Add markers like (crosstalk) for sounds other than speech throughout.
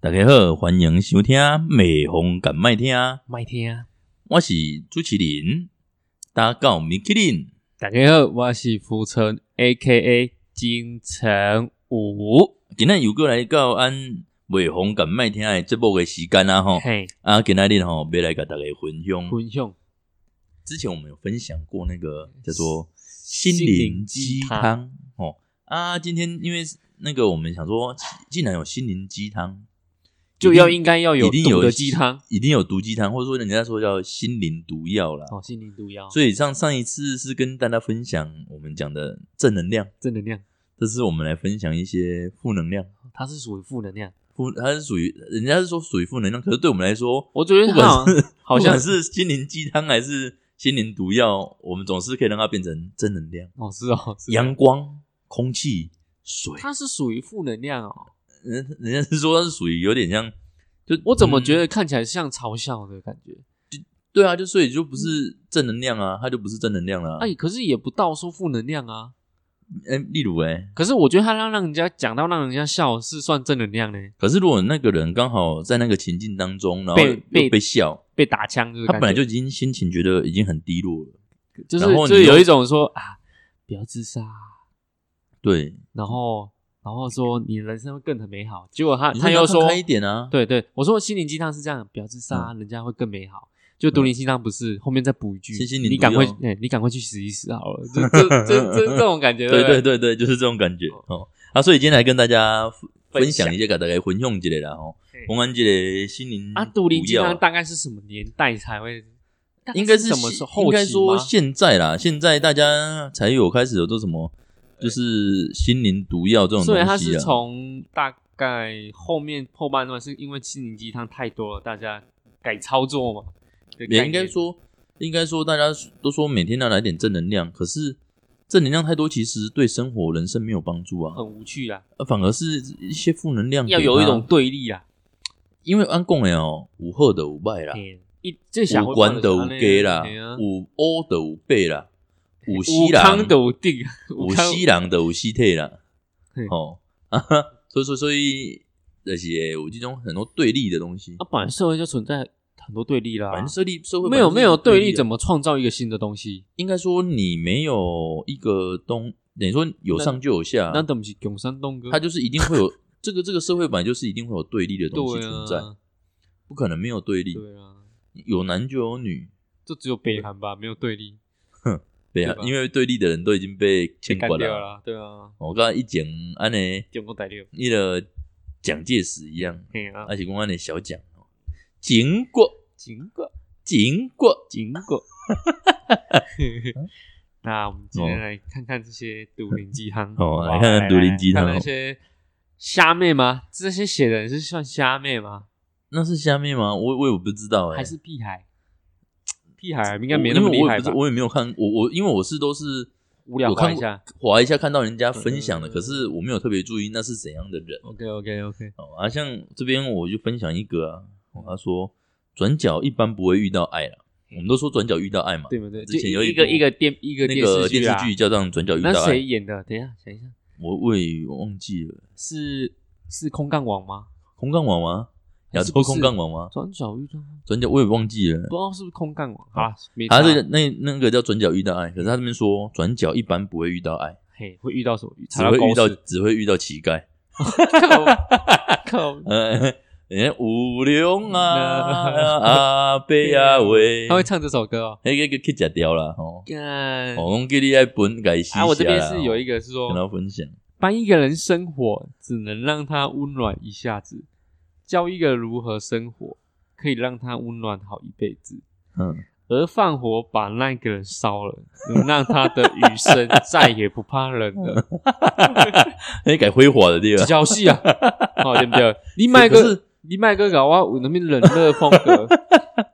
大家好，欢迎收听《美红敢麦听》，麦听啊！我是主持人，打狗米其林。大家好，我是浮城 A K A 金城武。今日又过来到按美红敢麦听的节目的时间啊吼，嘿，啊今仔日吼要来甲大家分享。分享之前我们有分享过那个叫做心嗯心灵灵鸡鸡汤汤哦啊，今天因为那个我们想说，既然有心灵鸡汤，就一定要应该要有一定毒有的鸡汤一定有毒鸡汤，或者说人家说叫心灵毒药啦。哦，心灵毒药，所以上上一次是跟大家分享我们讲的正能量，正能量，这次我们来分享一些负能量。它是属于负能量。负它是属于人家是说属于负能量，可是对我们来说，我觉得不它管好像好不像管是心灵鸡汤还是心灵毒药，我们总是可以让它变成正能量。哦，是哦，是哦阳光、空气、水，它是属于负能量哦。人人家是说它是属于有点像，就嗯我怎么觉得、得看起来像嘲笑的感觉？对啊，就所以就不是正能量啊，它就不是正能量了、啊。哎，可是也不到说负能量啊。哎、例如哎、可是我觉得他让让人家讲到让人家笑是算正能量呢，可是如果那个人刚好在那个情境当中，然后被又被被笑，被打枪就是他感觉本来就已经心情觉得已经很低落了。就是然后就你是有又一种说啊，不要自杀，啊对，然后然后说你人生会更很美好。结果他你啊他你又要说看，开一点嗯啊，对对，我说心灵鸡汤是这样，不要自杀，人家会更美好。就毒灵鸡汤不是，后面再补一句嗯心，心灵你毒赶快药，哎，你赶快去死一死好 (laughs) 了，这这这这这种感觉，对对对对不对，对，就是这种感觉哦。啊，所以今天来跟大家分分享一下，给大家混用一下啦吼对，红安这个心灵啊，毒灵鸡毒药汤啊大概是什么年代才会？大概应该是是什么时现候？后应该期说吗现在啦，现在大家才有开始有做什么，就是心灵毒药这种东所西以啊。它是从大概后面后半段，是因为心灵鸡汤太多了，大家改操作嘛。的概也念应该说，应该说大家都说每天要来点正能量，可是正能量太多，其实对生活人生没有帮助啊很，无趣啦，呃反而是一些负能量。要有一啊种，对立啊啦，因为按共诶哦，午后的五败啦，嘿一这下五官的五给啦，五五欧的五倍啦，五西五郎康啊的五定，五康西郎的五西退啦嘿，哦啊哈，所以说所以那些有这种很多对立的东西啊，，本来社会就存在很多对立啦反，正社立社会没有没有对立，怎么么创造一个新的东西？应该说你没有一个东，等于说有上就有下，那等不起永山东哥，它啊就是一定会 (laughs) 有这个这个社会本来就是一定会有对立的东西对存在，啊，不可能没有对立，对啊，有男就有女。就只有北韩吧，没有对立，对啊对吧，因为对立的人都已经被被牵干挂掉了。啦，对啊，我刚才一讲安尼，九公逮六，那个蒋介石一样，嘿啊，而且公安的小蒋，哦经过经过。经过，经过。 (laughs) 那我们今天来看看这些毒灵鸡汤哦好不好来看看毒灵鸡汤来来来看那些虾妹吗？这些写的人是算虾妹吗？那是下面吗？我我也不知道哎、还是屁孩？屁孩应应该没那么厉害吧？我也没有看，我我因为我是都是无聊我看划一下，划一下看到人家分享的，嗯可是我没有特别注意那是怎样的人。 OK OK OK，哦，啊，像这边我就分享一个啊，哦他说转角一般不会遇到爱了，我们都说转角遇到爱嘛，对不对？之前就有一一个部一个电一个那个电视视啊剧叫这样转角遇那到哎谁爱，演的？等一下，想一下，我我也忘记了，是是空干王吗？空杠王吗？亚还是洲不是空杠王吗？转角遇到吗，转角我也忘记了不，知道是不是空干王啊？没他差这个那那个叫转角遇到爱，可是他这边说转角一般不会遇到爱，嘿会遇到什么？只会遇到狗屎只会遇到乞丐， (laughs) 靠呃，人家五 (laughs) 龙啊阿贝啊喂，他会唱这首歌哦。那个给吃掉了哦，干我讲给你爱本该死呃啊，我这边下啦是有一个是跟他说，分享。帮一个人生活，只能让他温暖一下子；教一个如何生活，可以让他温暖好一辈子。嗯，而放火把那个人烧了，能让他的余生再也不怕冷 (laughs) 了。那改挥霍的地这方，叫 (laughs) 戏啊，好对不对？你卖可个是，你卖个搞啊我有那边冷热风 (laughs) 格，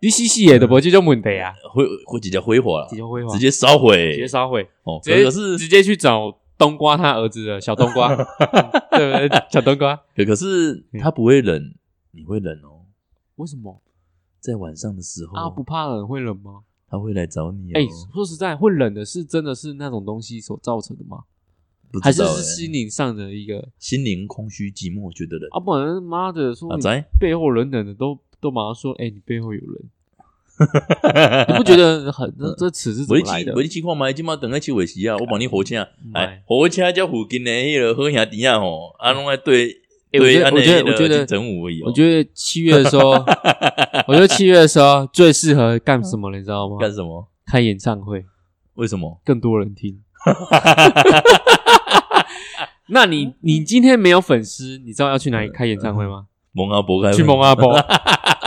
你死死的都无这种问题啊，挥挥直接挥霍了啊直，接挥直接烧毁，直接烧毁。哦。直可接可是直接去找冬瓜他儿子的小冬 (laughs) 瓜，对不对？小冬瓜，可可是他不会冷，你会冷哦。为什么在晚上的时候，啊？不哎怕冷会冷吗？他会来找你哦。哎、说实在，会冷的是真的是那种东西所造成的吗？不还知是道是欸心灵上的一个心灵空虚寂寞觉得冷啊，不然妈的说啊你宅，背后冷冷的都都马上说，哎、你背后有 (laughs) 人，你不觉得很这这词是嗯我怎么一来起的？我一起看嘛，今嘛等下去尾时啊，我帮你火车，哎哎，火车叫附近的迄个好兄弟啊吼，啊拢爱对哎我觉对，得安尼我觉得那个我觉得整五而已哦，我觉得七月的时 (laughs) 候，我觉得七月的时候最适合干什么，你知道吗？干什么？开演唱会，为什么？更多人听。 (laughs) 那你你今天没有粉丝，你知道要去哪里开演唱会吗？蒙啊阿伯开去蒙阿啊波。 (laughs)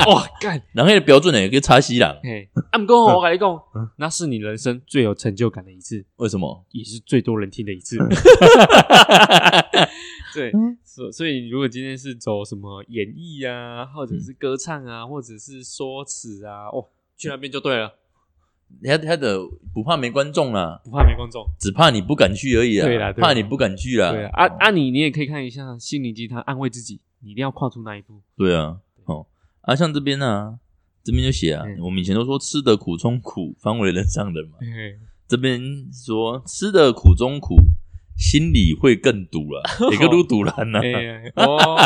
哇，干！然后那个标准呢，个插西郎，嘿，阿姆公，我跟你讲，那是你人生最有成就感的一次，为什么？也是最多人听的一次。 (laughs) 对，所所以如果今天是走什么演绎啊，或者是歌唱啊，或者是说词啊，哦，去那边就对了，他他的不怕没观众啦，不怕没观众。只怕你不敢去而已啦，对啦对啦怕你不敢去啦。对啊，啊哦啊你你也可以看一下心灵鸡汤，安慰自己，你一定要跨出那一步。对啊，哦啊，像这边呢、啊，这边就写啊，嗯我们以前都说吃得苦中苦，方为人上人嘛。嘿这边说吃得苦中苦，心里会更堵 (laughs) 了，也更都堵然了。 (laughs) 哎，哦，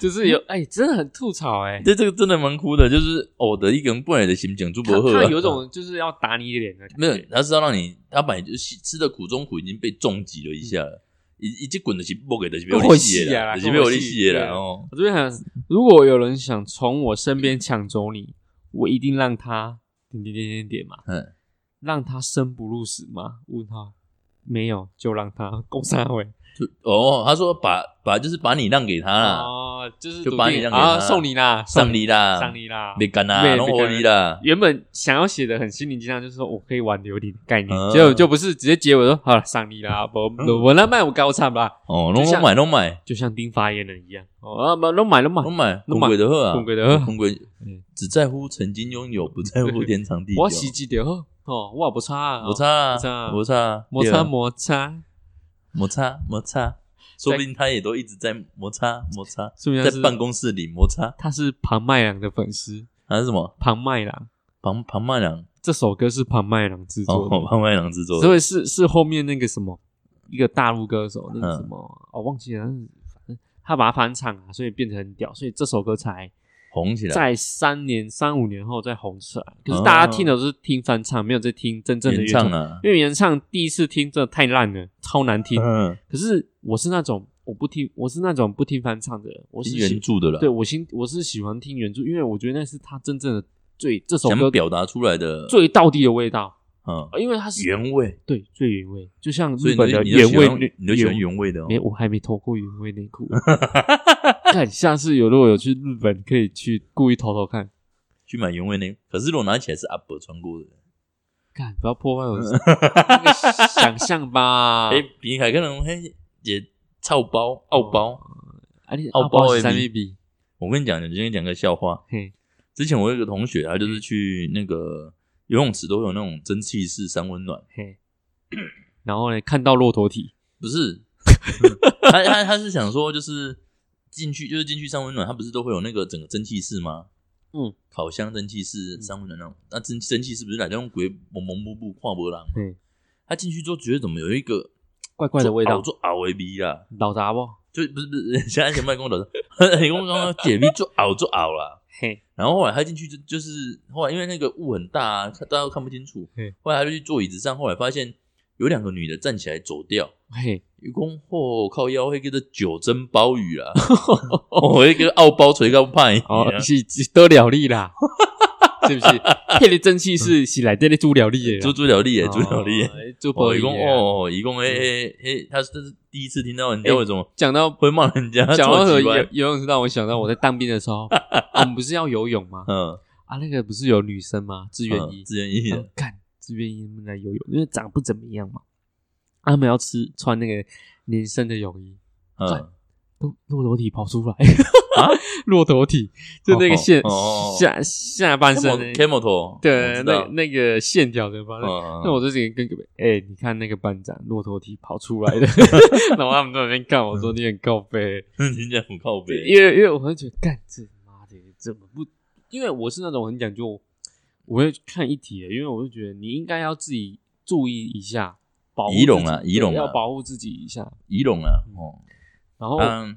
就是有哎，真的很吐槽哎。这这个真的蛮哭的，就是哦我的一个人不然的心情，朱他伯赫他有种就是要打你脸的感觉，没有，他是要让你，他本来就是吃的苦中苦，已经被重击了一下了，已已经滚的是不给的是被我戏够了，气啊已经被我的够气戏了哦。我这边想，如果有人想从我身边抢走你，我一定让他点点点点点嘛，嗯让他生不如死吗？问号，没有就让他 (laughs) 共杀回就哦，他说把把就是把你让给他啦，哦，就是啊就笃把你定让给啊，他送你啦，上你啦，上你啦，别干啦，没弄没活干你啊啦，原本想要写的很心灵鸡汤，就是说我可以挽留你的概念，嗯结果就不是直接结尾说好了上 (laughs) 你啦，我我那卖我高产吧，哦，弄就弄像买弄买就像丁发言人一样，哦啊不弄买弄买弄，买，滚弄鬼买的鹤啊，滚鬼就好滚鬼嗯，只在乎曾经拥 (laughs) 有，不在乎天长地久。我洗几条哦，我也不差啊，摩擦啊摩擦啊，摩擦啊，摩对擦啊摩擦，摩擦摩擦，说不定他也都一直在摩擦摩擦，说明在他是办公室里摩擦，他是庞麦郎的粉丝，还是什么庞麦郎庞庞麦郎这首歌是庞麦郎制作的，哦，庞麦郎制作的，所以是是后面那个什么一个大陆歌手那个嗯什么哦忘记了，但是反正他把它翻唱啊，所以变成很屌，所以这首歌才红起来，在三年三五年后再红起来。可哦是大家听的都是听翻唱，没有在听真正的原原唱唱，啊，因为原唱第一次听真的太烂了，超难听。嗯，可是我是那种我不听，我是那种不听翻唱的人，我是是喜原著的啦，对我心我是喜欢听原著，因为我觉得那是他真正的最这首歌想表达出来的，最到底的味道，嗯，因为它是原味，对最原味，就像所以日你本就的你就原喜味欢内，你就喜欢原味的哦，没我还没投过原味 (laughs) 内裤，看下次有如果有去日本，可以去故意偷偷看，去买原味呢。可是如果拿起来是阿伯穿过的，看不要破坏我那个想象 (laughs) 吧。哎，皮凯可能嘿也操包傲包。啊你奥啊不好包意思的三米 B 比，我跟你讲，你今天讲个笑话。嘿，之前我有一个同学，他就是去那个游泳池都有那种蒸汽式三温暖，嘿，然后呢，看到骆驼体，不是， (laughs) 他他他是想说就是进去就是进去三温暖，他不是都会有那个整个蒸汽室吗？嗯，烤箱蒸汽室、嗯三温暖那种，那蒸蒸汽室不是来那种鬼蒙蒙布布跨波浪？嗯，他进去之后觉得怎么有一个怪怪的味道，做熬为逼啦，老杂不？就不是不是，现在前面跟我老师，你跟我刚刚解密做熬做熬啦。嘿，然后后来他进去就就是后来因为那个雾很大啊，看大家都看不清楚嗯。后来他就去坐椅子上，后来发现有两个女的站起来走掉，嘿，一共嚯靠腰会跟着九蒸鲍鱼啦，我一个澳包锤高派哦，是是得了力啦，是不是？迄个蒸汽是是来这里煮了力的啦，猪猪了力耶，猪了力耶。哦，煮哦，玻一璃共哦。哦，一共诶诶诶，他是这是第一次听到人家哎为什么讲到会骂人家，(laughs) 讲超到和级游歪游泳池，让我想到我在当兵的时候，啊我们不是要游泳吗？嗯，啊，那个不是有女生吗？志愿嗯役，自愿意然后干志愿役们来游泳，因为长得不怎么样嘛，啊他们要吃穿那个连身的泳衣，嗯，都骆驼体跑出来啊，骆驼体就那个线哦哦哦下下半身的 camel 头，对，我知道那那个线条的吧，嗯那我就直接跟各位，哎、你看那个班长骆驼体跑 (laughs) 出来的，然后他们在那边干，我说你很告背，人家很靠背，因为因为我会觉得干这妈的怎么不？因为我是那种很讲究，我会看一题的，因为我就觉得你应该要自己注意一下，保护仪容自己啊仪容对要啊保护自己一下。仪容啊，哦，然后嗯，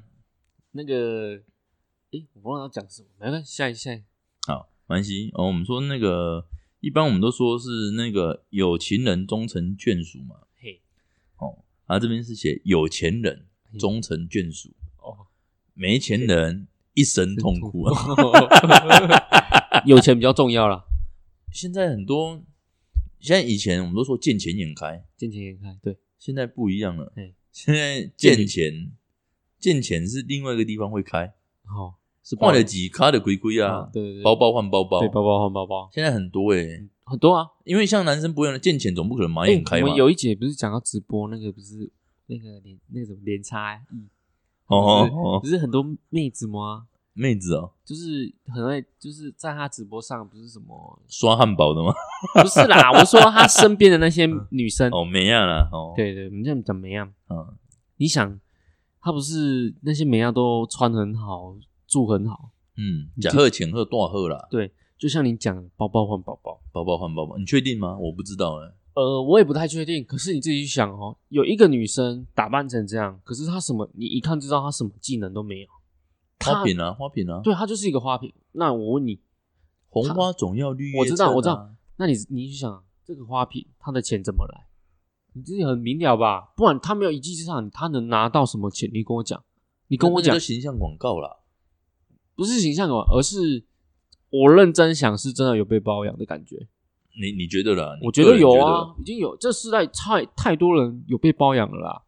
那个，诶，我忘了要讲什么，来来，下一下一，好，没关系。哦，我们说那个，一般我们都说是那个有情人终成眷属嘛。嘿，哦，啊，这边是写有钱人嗯终成眷属，哦， (laughs) 没钱人一生痛苦啊。有钱比较重要啦， (laughs) 现在很多，现在以前我们都说见钱眼开，见钱眼开，对，现在不一样了嗯。现在见钱，见钱是另外一个地方会开，哦，是包换了几咖的龟龟啊啊，，对对对，包包换包包对，包包换包包，现在很多诶、很多啊。因为像男生不一样，见钱总不可能马眼开诶哎我嘛。们有一节不是讲到直播那个，不是那个连那个什么连插，嗯，哦哦哦，只是很多妹子吗？妹子哦，就是很爱，就是在他直播上不是什么， (laughs) 刷汉堡的吗？不是啦，我说他身边的那些女生，哦，没啊啦，哦，，对对，我们这样怎么样？嗯，你想，他不是那些美亚都穿很好，住很好，嗯，假贺前贺大贺啦，对，就像你讲的，包包换包包。包包换包包，你确定吗？我不知道哎，呃，我也不太确定，可是你自己去想哦，有一个女生打扮成这样，可是她什么，你一看就知道她什么技能都没有。花瓶啊，花瓶啊，对，她就是一个花瓶。那我问你，红花总要绿叶我知衬道啊我知道，那你你去想，这个花瓶她的钱怎么来？你自己很明了吧？不然她没有一技之长，她能拿到什么钱？你跟我讲，你跟我那讲个叫，形象广告啦，不是形象哦，而是我认真想，是真的有被包养的感觉。你你觉得啦？我你觉个得人有啊，，已经有这世代太太多人有被包养了啦。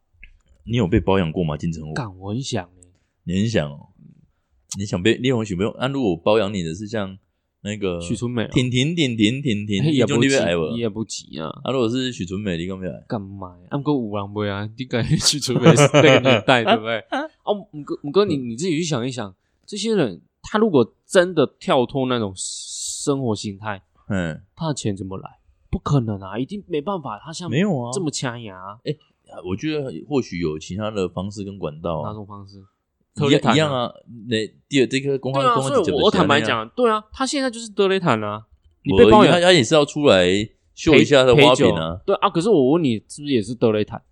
你有被包养过吗？金城武，干，我很想欸你很想哦，你想被你有想被那如果我包养你的是像那个许纯美啊哎婷婷婷婷婷婷，嘿也你就不你急被爱，也不急啊。啊，如果是许纯美，你敢不爱？干嘛呀？俺哥五郎杯啊，你感觉许纯美是那个年代，对不对？啊，五哥，五哥，你你自己去想一想，这些人他如果真的跳脱那种生活形态，嗯，他的钱怎么来？不可能啊，一定没办法。他像没有啊，这么掐牙，啊我觉得或许有其他的方式跟管道哪啊，种方式？特一雷样坦一样啊。那第二这个公对开啊，公所以开我我坦白，讲，对啊，他现在就是德雷坦啊，你我被包他养他也是要出来秀一下他的陪花酒瓶啊。对啊，可是我问你，是不是也是德雷坦？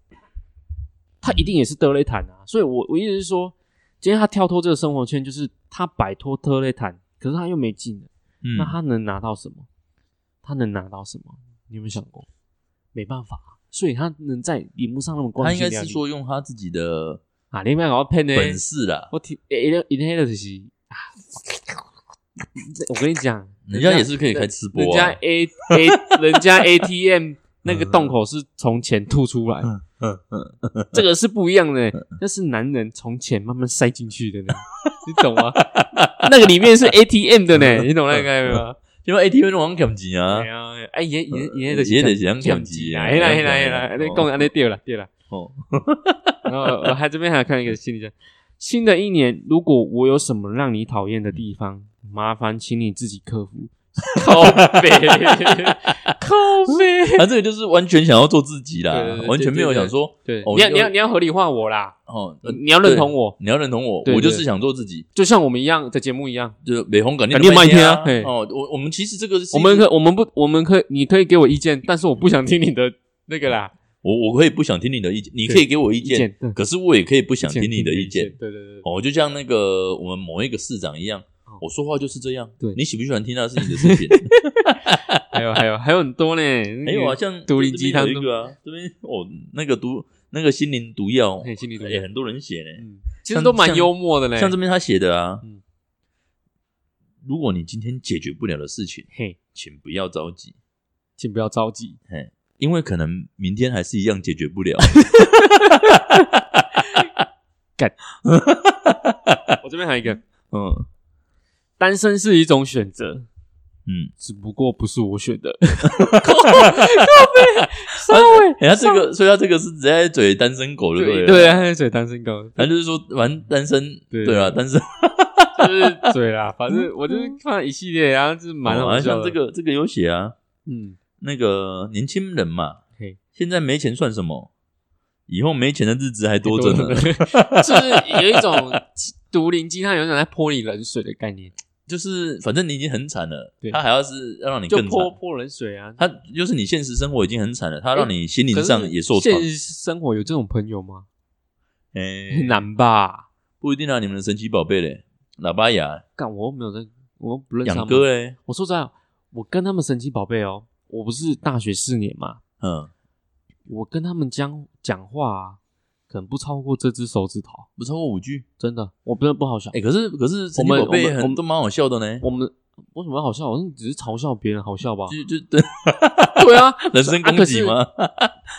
他一定也是德雷坦啊。所以我我意思是说，今天他跳脱这个生活圈，就是他摆脱德雷坦，可是他又没技能，嗯，那他能拿到什么？他能拿到什么？你有没有想过？没办法啊、所以他能在荧幕上那么光他应鲜该亮是丽说用他自己的啊，你不要搞我骗呢。本事啦，我听，一定一定就是啊，我跟你讲，人家也是可以开吃播人家啊。 A A 人家 ATM 那个洞口是从钱吐出来，嗯这个是不一样的，那是男人从钱慢慢塞进去的呢，你懂吗？那个里面是 ATM 的呢，嗯你懂那个概念吗？因为 ATV 那王抢钱啊哎，呀，哎爷爷爷嗯爷也就是这样啦，讲哎的啦哎啦这哎样啦，讲的你讲安尼对了对了。啊哦， (laughs) 然后我还这边还看一个心理学，新的一年，如果我有什么让你讨厌的地方，麻烦请你自己克服。靠背，靠背， (laughs) 啊他这个就是完全想要做自己啊对对啦对，对完全没有想说对哦，你要就你要你要合理化我啦，哦，呃你要认同对我，你要认同我，对对我就是想做自己，就像我们一样的节目一样，就是美红感感念念麦天田啊嘿哦，我我们其实这个是我们可我们不我们可你可以给我意见，但是我不想听你的那个啦我我可以不想听你的意见，你可以给我意意见，见，对可是我也可以不想听你的意意见。对对对对，哦，就像那个我们某一个市长一样哦，我说话就是这样。对你喜不喜欢听那是你的事 (laughs) 情。还有还有还有很 (laughs) 多呢，还有啊，像毒理鸡汤这边有一个啊，这边哦，那个毒那个心灵毒药嘿，心理毒药也很多人写呢。嗯，其实都蛮幽默的嘞，像这边他写的啊嗯，如果你今天解决不了的事情，嘿，请不要着急，请不要着急， (laughs) 因为可能明天还是一样解决不了。我这边还有一个，嗯单身是一种选择，嗯，只不过不是 (laughs) 我选的。哎，他这个，所以他这个是直接在嘴单身狗就对对了。对，啊，嘴单身狗反正就是说，反正单身，对对啊，单身就是嘴啦，反正我就是看了一系列，然后就是蛮嗯哦好啊笑像这，的。个这个有写啊，嗯，那个年轻人嘛，嘿，现在没钱算什么？以后没钱的日子还多着呢。 (laughs) 就是有一种毒灵鸡汤，有一种在泼你冷水的概念。 (laughs) 就是反正你已经很惨了对，他还要是要让你就更惨，泼泼冷水 (laughs) 啊。他就是你现实生活已经很惨了，他让你心可灵是上也受创现，实生活有这种朋友吗？哎很，难吧？不一定啊，你们的神奇宝贝嘞，喇叭牙、干，我又没有在，我又不认识他养们。哥欸嘞，我说实在，我跟他们神奇宝贝哦，我不是大学四年嘛，嗯，我跟他们讲讲话、啊，可能不超过这只手指头，不超过五句，真的，我真的不好笑。哎，可是可是神奇我们宝贝我们我很们都蛮好笑的呢，我们为什么要好笑？好像只是嘲笑别人好笑吧？就就 (laughs) (laughs) 对，对 (laughs) 啊，人身攻击吗？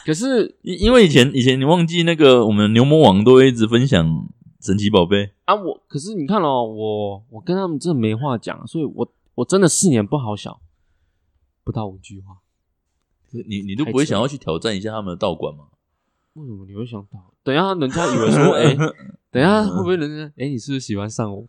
可是因因为以前以前你忘记那个我们牛魔王都会一直分享神奇宝贝，啊，我可是你看哦，我我跟他们真的没话讲，所以我我真的四年不好笑，不到五句话。你你都太不会扯想要去挑战一下他们的道馆吗？为什么你会想到？等一下人家以为说，哎、等一下会不会人家哎、你是不是喜欢上我？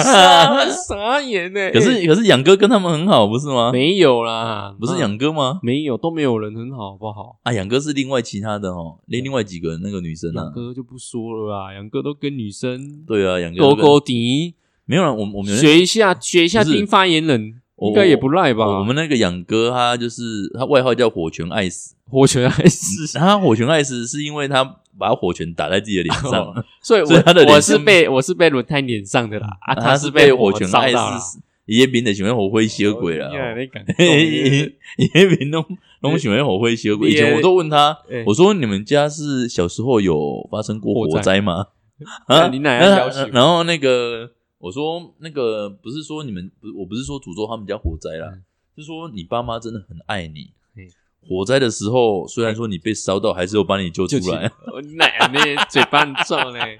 傻傻眼呢、可是可是养哥跟他们很好，不是吗？没嗯有啦，不是那养哥吗？没有都没有人很好，好不好？啊，养哥是另外其他的哦，另另外几个那个女生杨啊。哥就不说了啦，杨哥都跟女生对啊，养哥勾那个勾底，没有了，我们我们有学一下学一下不是丁发言人，我应该也不赖吧？我们那个养哥他就是他外号叫火拳艾斯，火拳还是他火拳艾斯是因为他把火拳打在自己的脸上，所以我所以他的脸我是上被我是被轮胎碾上的 (laughs) 啦，啊，他是被火火拳艾斯也变得喜欢火灰哦小鬼了。你看你敢 (laughs) 因为拢拢想要后悔小鬼。以前我都问他欸，我说你们家是小时候有发生过火灾吗？ (laughs) 啊那你哪样要求 (laughs) 然后然后那个我说那个不是说你们不，我不是说诅咒他们家火灾啦嗯，是说你爸妈真的很爱你嗯。火灾的时候，虽然说你被烧到，还是有把你救出就起来，，我奶奶嘴巴很重嘞，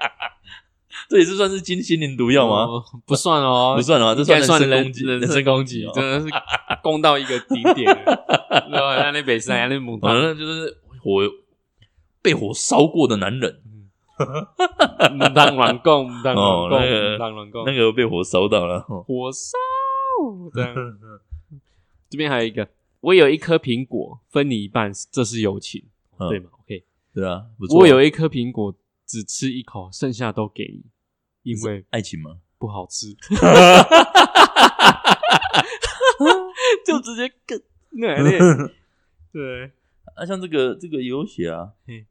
(laughs) 这也是算是金心灵毒药吗？哦？不算哦，不算啊，这应该算算人身攻人击，人身身攻击哦，真的是攻到一个顶点了。 (laughs) 然后那那北山，那母反汤，正就是火被火烧过的男人，母汤软供，母汤嗯哦软供，那个母汤软供那，个被火烧到了。哦火烧这样。 (laughs) 这边还有一个，我有一颗苹果，分你一半，这是友情，嗯对吗？OK，对啊，不错啊。我有一颗苹果，只吃一口，剩下都给你，因为爱情吗？不好吃，就直接更奶奶。对，啊，像这个这个也有写啊嗯，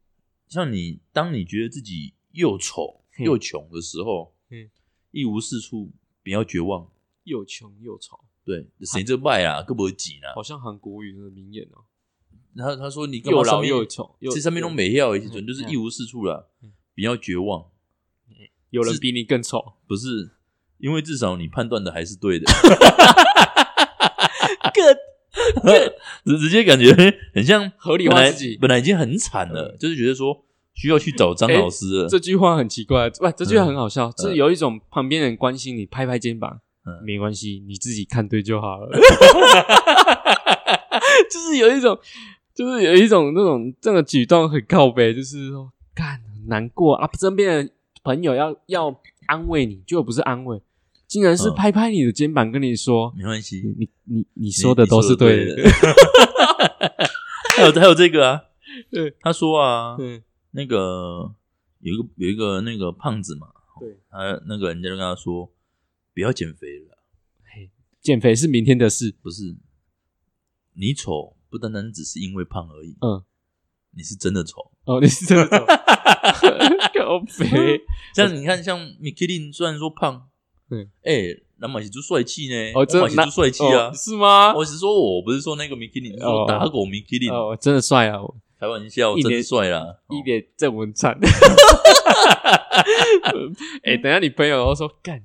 像你当你觉得自己又丑嗯又穷的时候嗯，一无是处，不要绝望。又穷又丑，对，谁这卖啊？胳膊挤呢？好像韩国语的名言哦，然后他说你干嘛又上老面又丑，又这上面都没没要一些准，嗯就是嗯一无是处了嗯，不要绝望，有人比你更丑，不是因为至少你判断的还是 (laughs) 对的，更 (laughs) 直直接感觉很像合理本化来自己。嗯本来已经很惨了，就是觉得说需要去找张老师了。这句话很奇怪，不，这句话很好笑，嗯是有一种旁边人关心你，拍拍肩膀嗯，没关系，你自己看对就 (laughs) 好了。就是有一种，就是有一种那种这个举动很靠背，就是说干很难过啊，身边的朋友要要安慰你，就不是安慰，竟然是嗯拍拍你的肩膀跟你说，没关系，你你你你说的都是对的。的。 (laughs) 还有还有这个啊，对，他说啊，嗯，那个有一个有一个那个胖子嘛，对，他那个人家就跟他说，不要减肥了，减肥是明天的事。不是你丑不单单只是因为胖而已，嗯，你是真的丑。哦，你是这 (laughs) 种靠肥像你看，像 m i k i l i n 虽然说胖，对，哎，南马喜猪帅气呢，嗯哦真的南马喜猪帅气啊哦，。是吗？我是说我不是说那个 m i k i l i n 是哦说打狗 m i k i l i n 哦，真的帅啊，我开玩笑，一真脸帅啦，一脸郑文灿。哎、等一下你朋友都说干，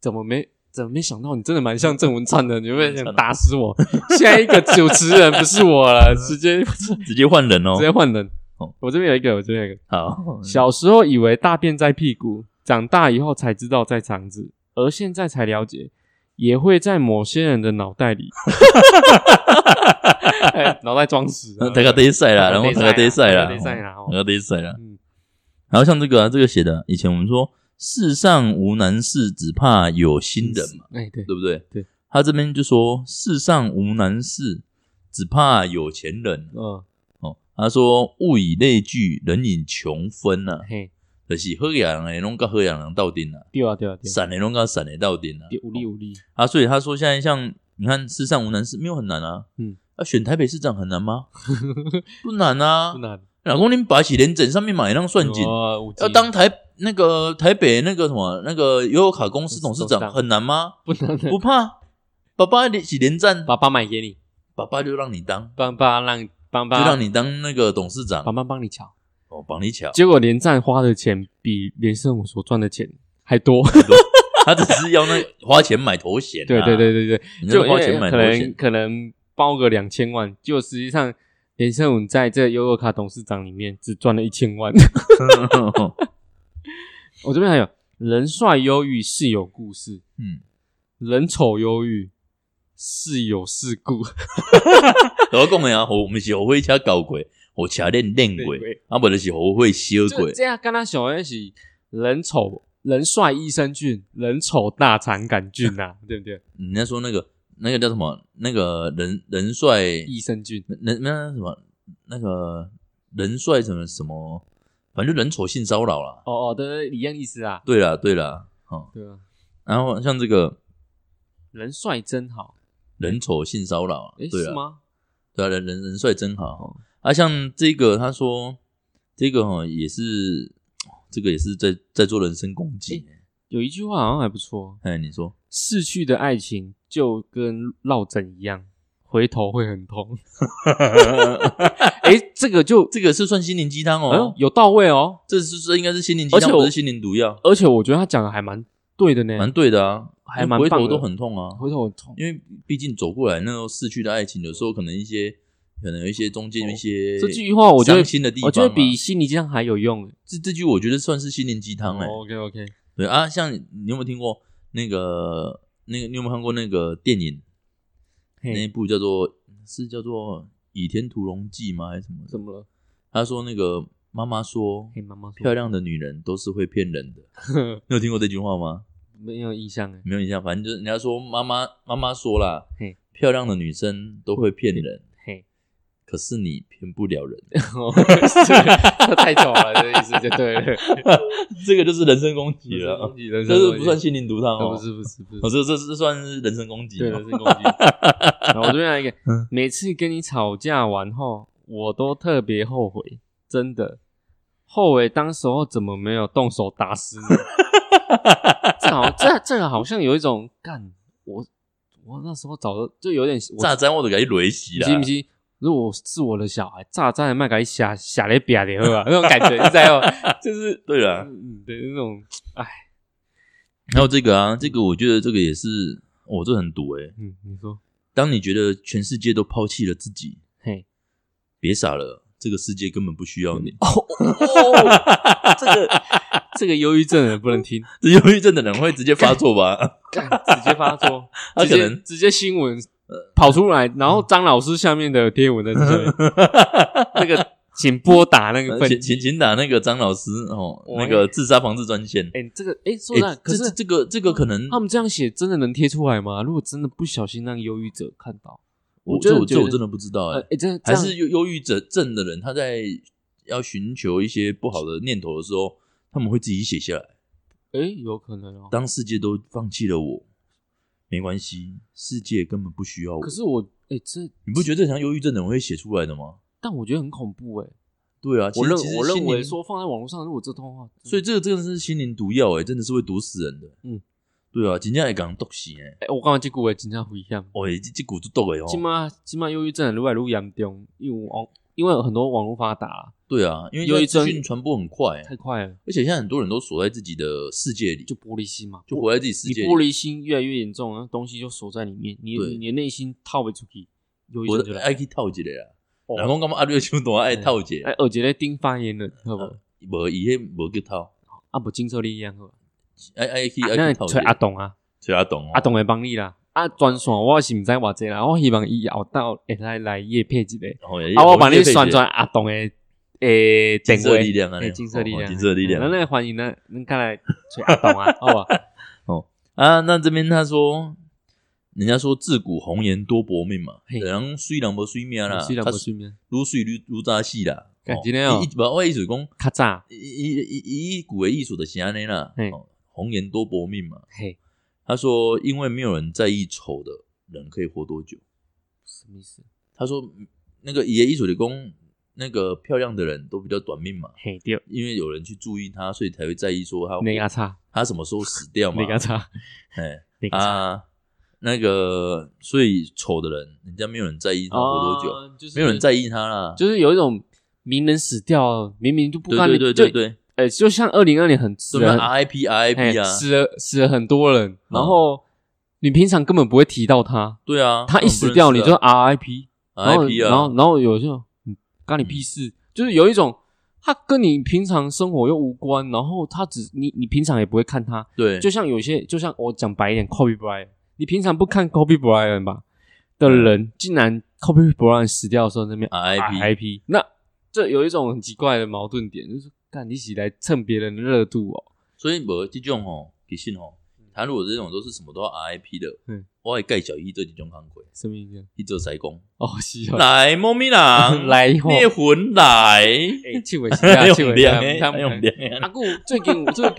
怎么没怎么没想到你真的蛮像郑文灿的？你会不会想打死我？下一个主持人不是我了，直接直直接换人哦。接换人哦。我这边有一个，我这边有一个。 (laughs) 好，小时候以为大便在屁股，长大以后才知道在肠子，而现在才了解，也会在某些人的脑袋里，哎脑、袋装屎啊，大家得赛啦，然后大家得赛啦，大家得啦大家得赛啦。嗯，然后像这个啊，这个写的，以前我们说世上无难事，只怕有心人嘛，哎、对，对不对？对，他这边就说世上无难事，只怕有钱人嗯，哦哦。他说物以类聚，人以穷分呐、啊。嘿，就是好野人诶，拢跟好野人斗阵啊，对啊对啊对啊，散的拢跟散的斗阵啊。有力有力，啊，所以他说现在像你看，世上无难事，没有很难啊。嗯，啊，选台北市长很难 (laughs) 吗？不难啊不。难，老公，你把起连整上面买让算紧，哦有要机当台那个台北那个什么那个悠游卡公司董事董事长长很难吗？不难 (laughs) 的，不怕，爸爸起连战，爸爸买给你，爸爸就让你当，爸爸让爸就爸让你当那个董事长爸，爸帮你瞧。哦，绑你巧。结果连战花的钱比连胜武所赚的钱还多。他只是要那花钱买头衔、啊，对 (laughs) 对，对对对，你就就花钱买可头能 (laughs) 衔，可能包个两千万，就实际上连胜武在这优乐卡董事长里面只赚了一千 (laughs) 万。嗯我这边还有人帅忧郁是有故事，嗯，人丑忧郁是有事故。老讲的啊，我们是会车搞鬼，我车练练练鬼鬼，啊，不就是我会修就鬼，这样，跟他小的是人丑人帅益生菌，人丑大肠杆菌呐、 (laughs) 对不对？人家说那个那个叫什么，那个人人帅益生菌人那什么那个人帅什么什么，反正就人丑性骚扰啦。哦哦，对对，对一样意思啊。对啦对啦，哦，对啊，然后像这个人帅真好，人丑性骚扰啊，诶，对是啊吗？对啊，人人人帅真好啊！像这个，他说这个哈也是，这个也是在在做人身攻击。有一句话好像还不错，哎，你说逝去的爱情就跟落枕一样，回头会 (laughs) 很痛。诶，这个就这个是算心灵鸡汤嗯哦？有到位哦，这是这应该是心灵鸡而且汤，我不是心灵毒药，而且我觉得他讲的还蛮对的呢，蛮对的啊，还蛮回棒头的都很痛啊，回头很痛。因为毕竟走过来那时候逝去的爱情，有时候可能一些可能有一些中间有一些哦这句话我觉得伤心的地方我啊，觉得比心理鸡汤还有用。哦这这句我觉得算是心灵鸡汤哎。 OK OK，对啊，像你有没有听过那个那个你有没有看过那个电影？那一嘿，部叫做是叫做《倚天屠龙记》吗？还是什么？怎么了？他说那个妈妈说，嘿，妈妈说漂亮的女人都是会骗人 (laughs) 的。你有听过这句话吗？没有印象哎，没有印象，欸反正就是人家说妈妈妈妈说啦嘿，漂亮的女生都会骗人，嘿， (laughs) 可是你骗不了人。哦是这太丑了，这意思就对了。这个就是人身攻击了，攻击，人这身是攻不击算心灵毒汤哦哦不。是不是不是哦，，这这这算是人身攻击对，哦人身攻击。然后我这边来一个嗯，每次跟你吵架完后，我都特别后悔，真的后悔当时候怎么没有动手打死你。这好，这这个好像有一种干我，我那时候早就就有点我炸弹我都给你雷死不啦是。不是，如果是我的小孩，炸炸的麦给吓吓来瘪的，那种感 (laughs) 觉，你知道吗？就是对啦，嗯对那种，还有这个啊，这个我觉得这个也是，我、这很毒诶、欸嗯，你说，当你觉得全世界都抛弃了自己，嘿，别傻了，这个世界根本不需要你。哦，这个这个忧郁症的人不能听， (laughs) 这忧郁症的人会直接发作吧？ (laughs) 干直接发 (laughs) 作，他直可接能直接新闻呃跑出来，然后张老师下面的贴文在这里，那个嗯 (laughs) 请拨打那个 (laughs) 呃分请机。请请打那个张老师哦，喂那个自杀防治专线。哎，这个哎，说诶真的，可这是这个这个可能，他们这样写真的能贴出来吗？如果真的不小心让忧郁者看到，我我真这的我觉这我得真的不知道呃哎，，哎，真的这还样是忧忧郁症症的人，他在要寻求一些不好的念头的时候，他们会自己写下来。哎，有可能哦。当世界都放弃了我，没关系，世界根本不需要我可。是我哎，这你不觉得这像忧郁症的人会写出来的吗？但但我觉得很恐怖哎。对啊，其我实认其实我认心为灵说放在网络上，如果这通话，所以这个真的是心灵毒药哎、真的是会毒死人的。嗯，对啊，真正会讲毒死哎、哎，我刚刚这句话真正不一样。哦，欸，这这股就毒哎今哦。嘛今嘛，忧郁症越来越严重，因为网因为很多网络发达对啊，因为忧郁现在症资讯传播很快、欸太快了，而且现在很多人都锁在自己的世界里，就就玻璃心嘛，就活在自己世你界玻里。璃心越来越严重，啊，东西就锁在里面，你对你的内心套不出去，忧郁我症就来爱。去套一个啦，哦然后干嘛阿瑞像多爱套一哎个，，二姐咧顶发言了，好嗯不？无伊迄无去套，啊，不，经受力一样好。爱爱去爱那去套一找阿个。董啊，崔阿董哦，阿董会帮你啦。啊，专线我是毋知偌济啦，我希望伊后到会来来叶配一个。哦，也啊，我帮你宣传阿董的诶金定色力位，量啊，诶，金色力哦哦量，金色力量那。那欢迎呢，恁看来找阿董啊，好吧？啊，那这边他说，人家说自古红颜多薄命嘛，嘿人虽然无水命啦，虽然他不睡眠，如水如如扎戏啦，干今天哦伊，伊无我意思讲，咔嚓，伊伊伊伊古的艺术的是安尼啦嘿，哦红颜多薄命嘛。嘿，他说，因为没有人在意丑的人可以活多久。什么意思？他说，那个伊的艺术的工，那个漂亮的人都比较短命嘛，嘿对，因为有人去注意他，所以才会在意说他那个叉，他什么时候死掉嘛那。个叉，哎那个叉，啊，那个所以丑的人，人家没有人在意他活多久，哦？就是没有人在意他啦。就是有一种名人死掉，明明就不对干，对对对就，对，哎，就像二零二零很死什么了 RIP 哎 RIP 啊？死了死了很多人，然后你平常根本不会提到他，对啊，他一死掉你就 RIP，然后 RIP 啊，然后然后有就嗯干你屁事，就是有一种他跟你平常生活又无关，然后他只你你平常也不会看他，对，就像有些就像我讲白一点，Kobe Bryant，你平常不看 Kobe Bryant 吧的人，竟然 Kobe Bryant 死掉的时候在那边啊 RIP IP，那这有一种很奇怪的矛盾点，就是干你一起来蹭别人的热度哦。所以无这种吼，其实吼，他如果这种都是什么都要 RIP 的，嗯我会介绍伊做一种工课，什么意思？伊做西工，哦，是哦，来猫咪人， (laughs) 来吼，灭魂 (laughs) 来，哎，气味 (laughs) 是啊，气味是啊，哎他们用 (laughs) 量阿的，顾啊最近我最近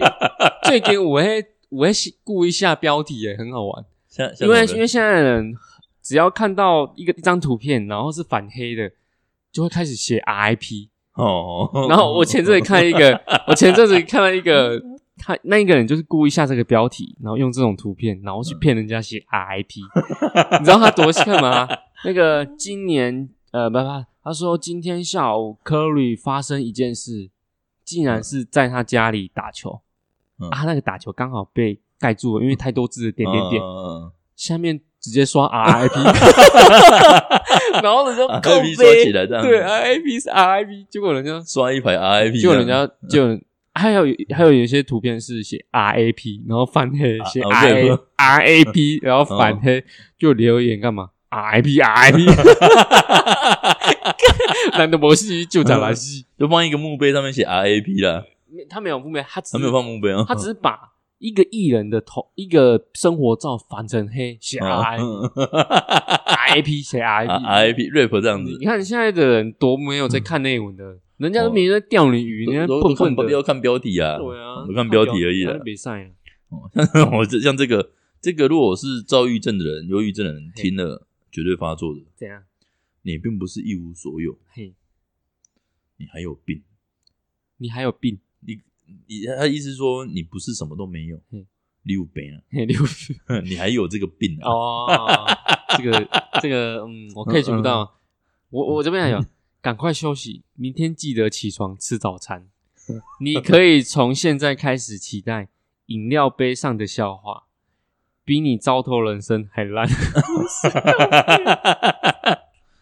最近我会我会故意下标题耶，很好玩，像像因为什么因为现在的人只要看到一个一张图片，然后是反黑的，就会开始写 RIP。哦，然后我前阵子看一 (laughs) 个，我前阵子看到一个，他那一个人就是故意下这个标题，然后用这种图片，然后去骗人家写 (laughs) RIP。你知道他多干嘛？那个今年呃，不不，他说今天下午科里发生一件事，竟然是在他家里打球，嗯啊，那个打球刚好被盖住了，因为太多字的点点点，嗯下面直接刷 (laughs) RIP。然后人家啊靠 RIP 背刷起来这样对，RIP 是 RIP，结果人家刷一排 RIP，结果人家就还有还有有一些图片是写 RAP，然后翻黑，写啊对 (laughs) RA RAP，然后反黑，就留言干嘛？RIP (laughs) RIP，难得没戏就找来戏，就放一个墓碑上面写 RIP 啦， (laughs) 他没有不没有，嗯他只他没有放墓碑啊，他只是把一个艺人的头一个生活照翻成黑，写 RIP (laughs) 啊 RIP (laughs) 写 RIP。 RIP rap 啊这样子你，看现在的人多没有在看内文的，人家都没有在钓你鱼，人家都笨都笨看的不，要看标题啊，对啊，我看标题而已啦了，别晒了。哦，像 (laughs) 我这像这个这个，如果是躁郁症的人、忧郁症的人嘿听了，绝对发作的。怎样？你并不是一无所有，嘿，你还有病。你还有病？你他的意思是说你不是什么都没有嗯，你有病啊， (laughs) 嘿，六十你还有这个病啊。哦，这个这个，嗯，我可以不到。我我这边还有， (laughs) 赶快休息，明天记得起床吃早餐。你可以从现在开始期待饮料杯上的笑话，比你糟透人生还 (laughs) 烂。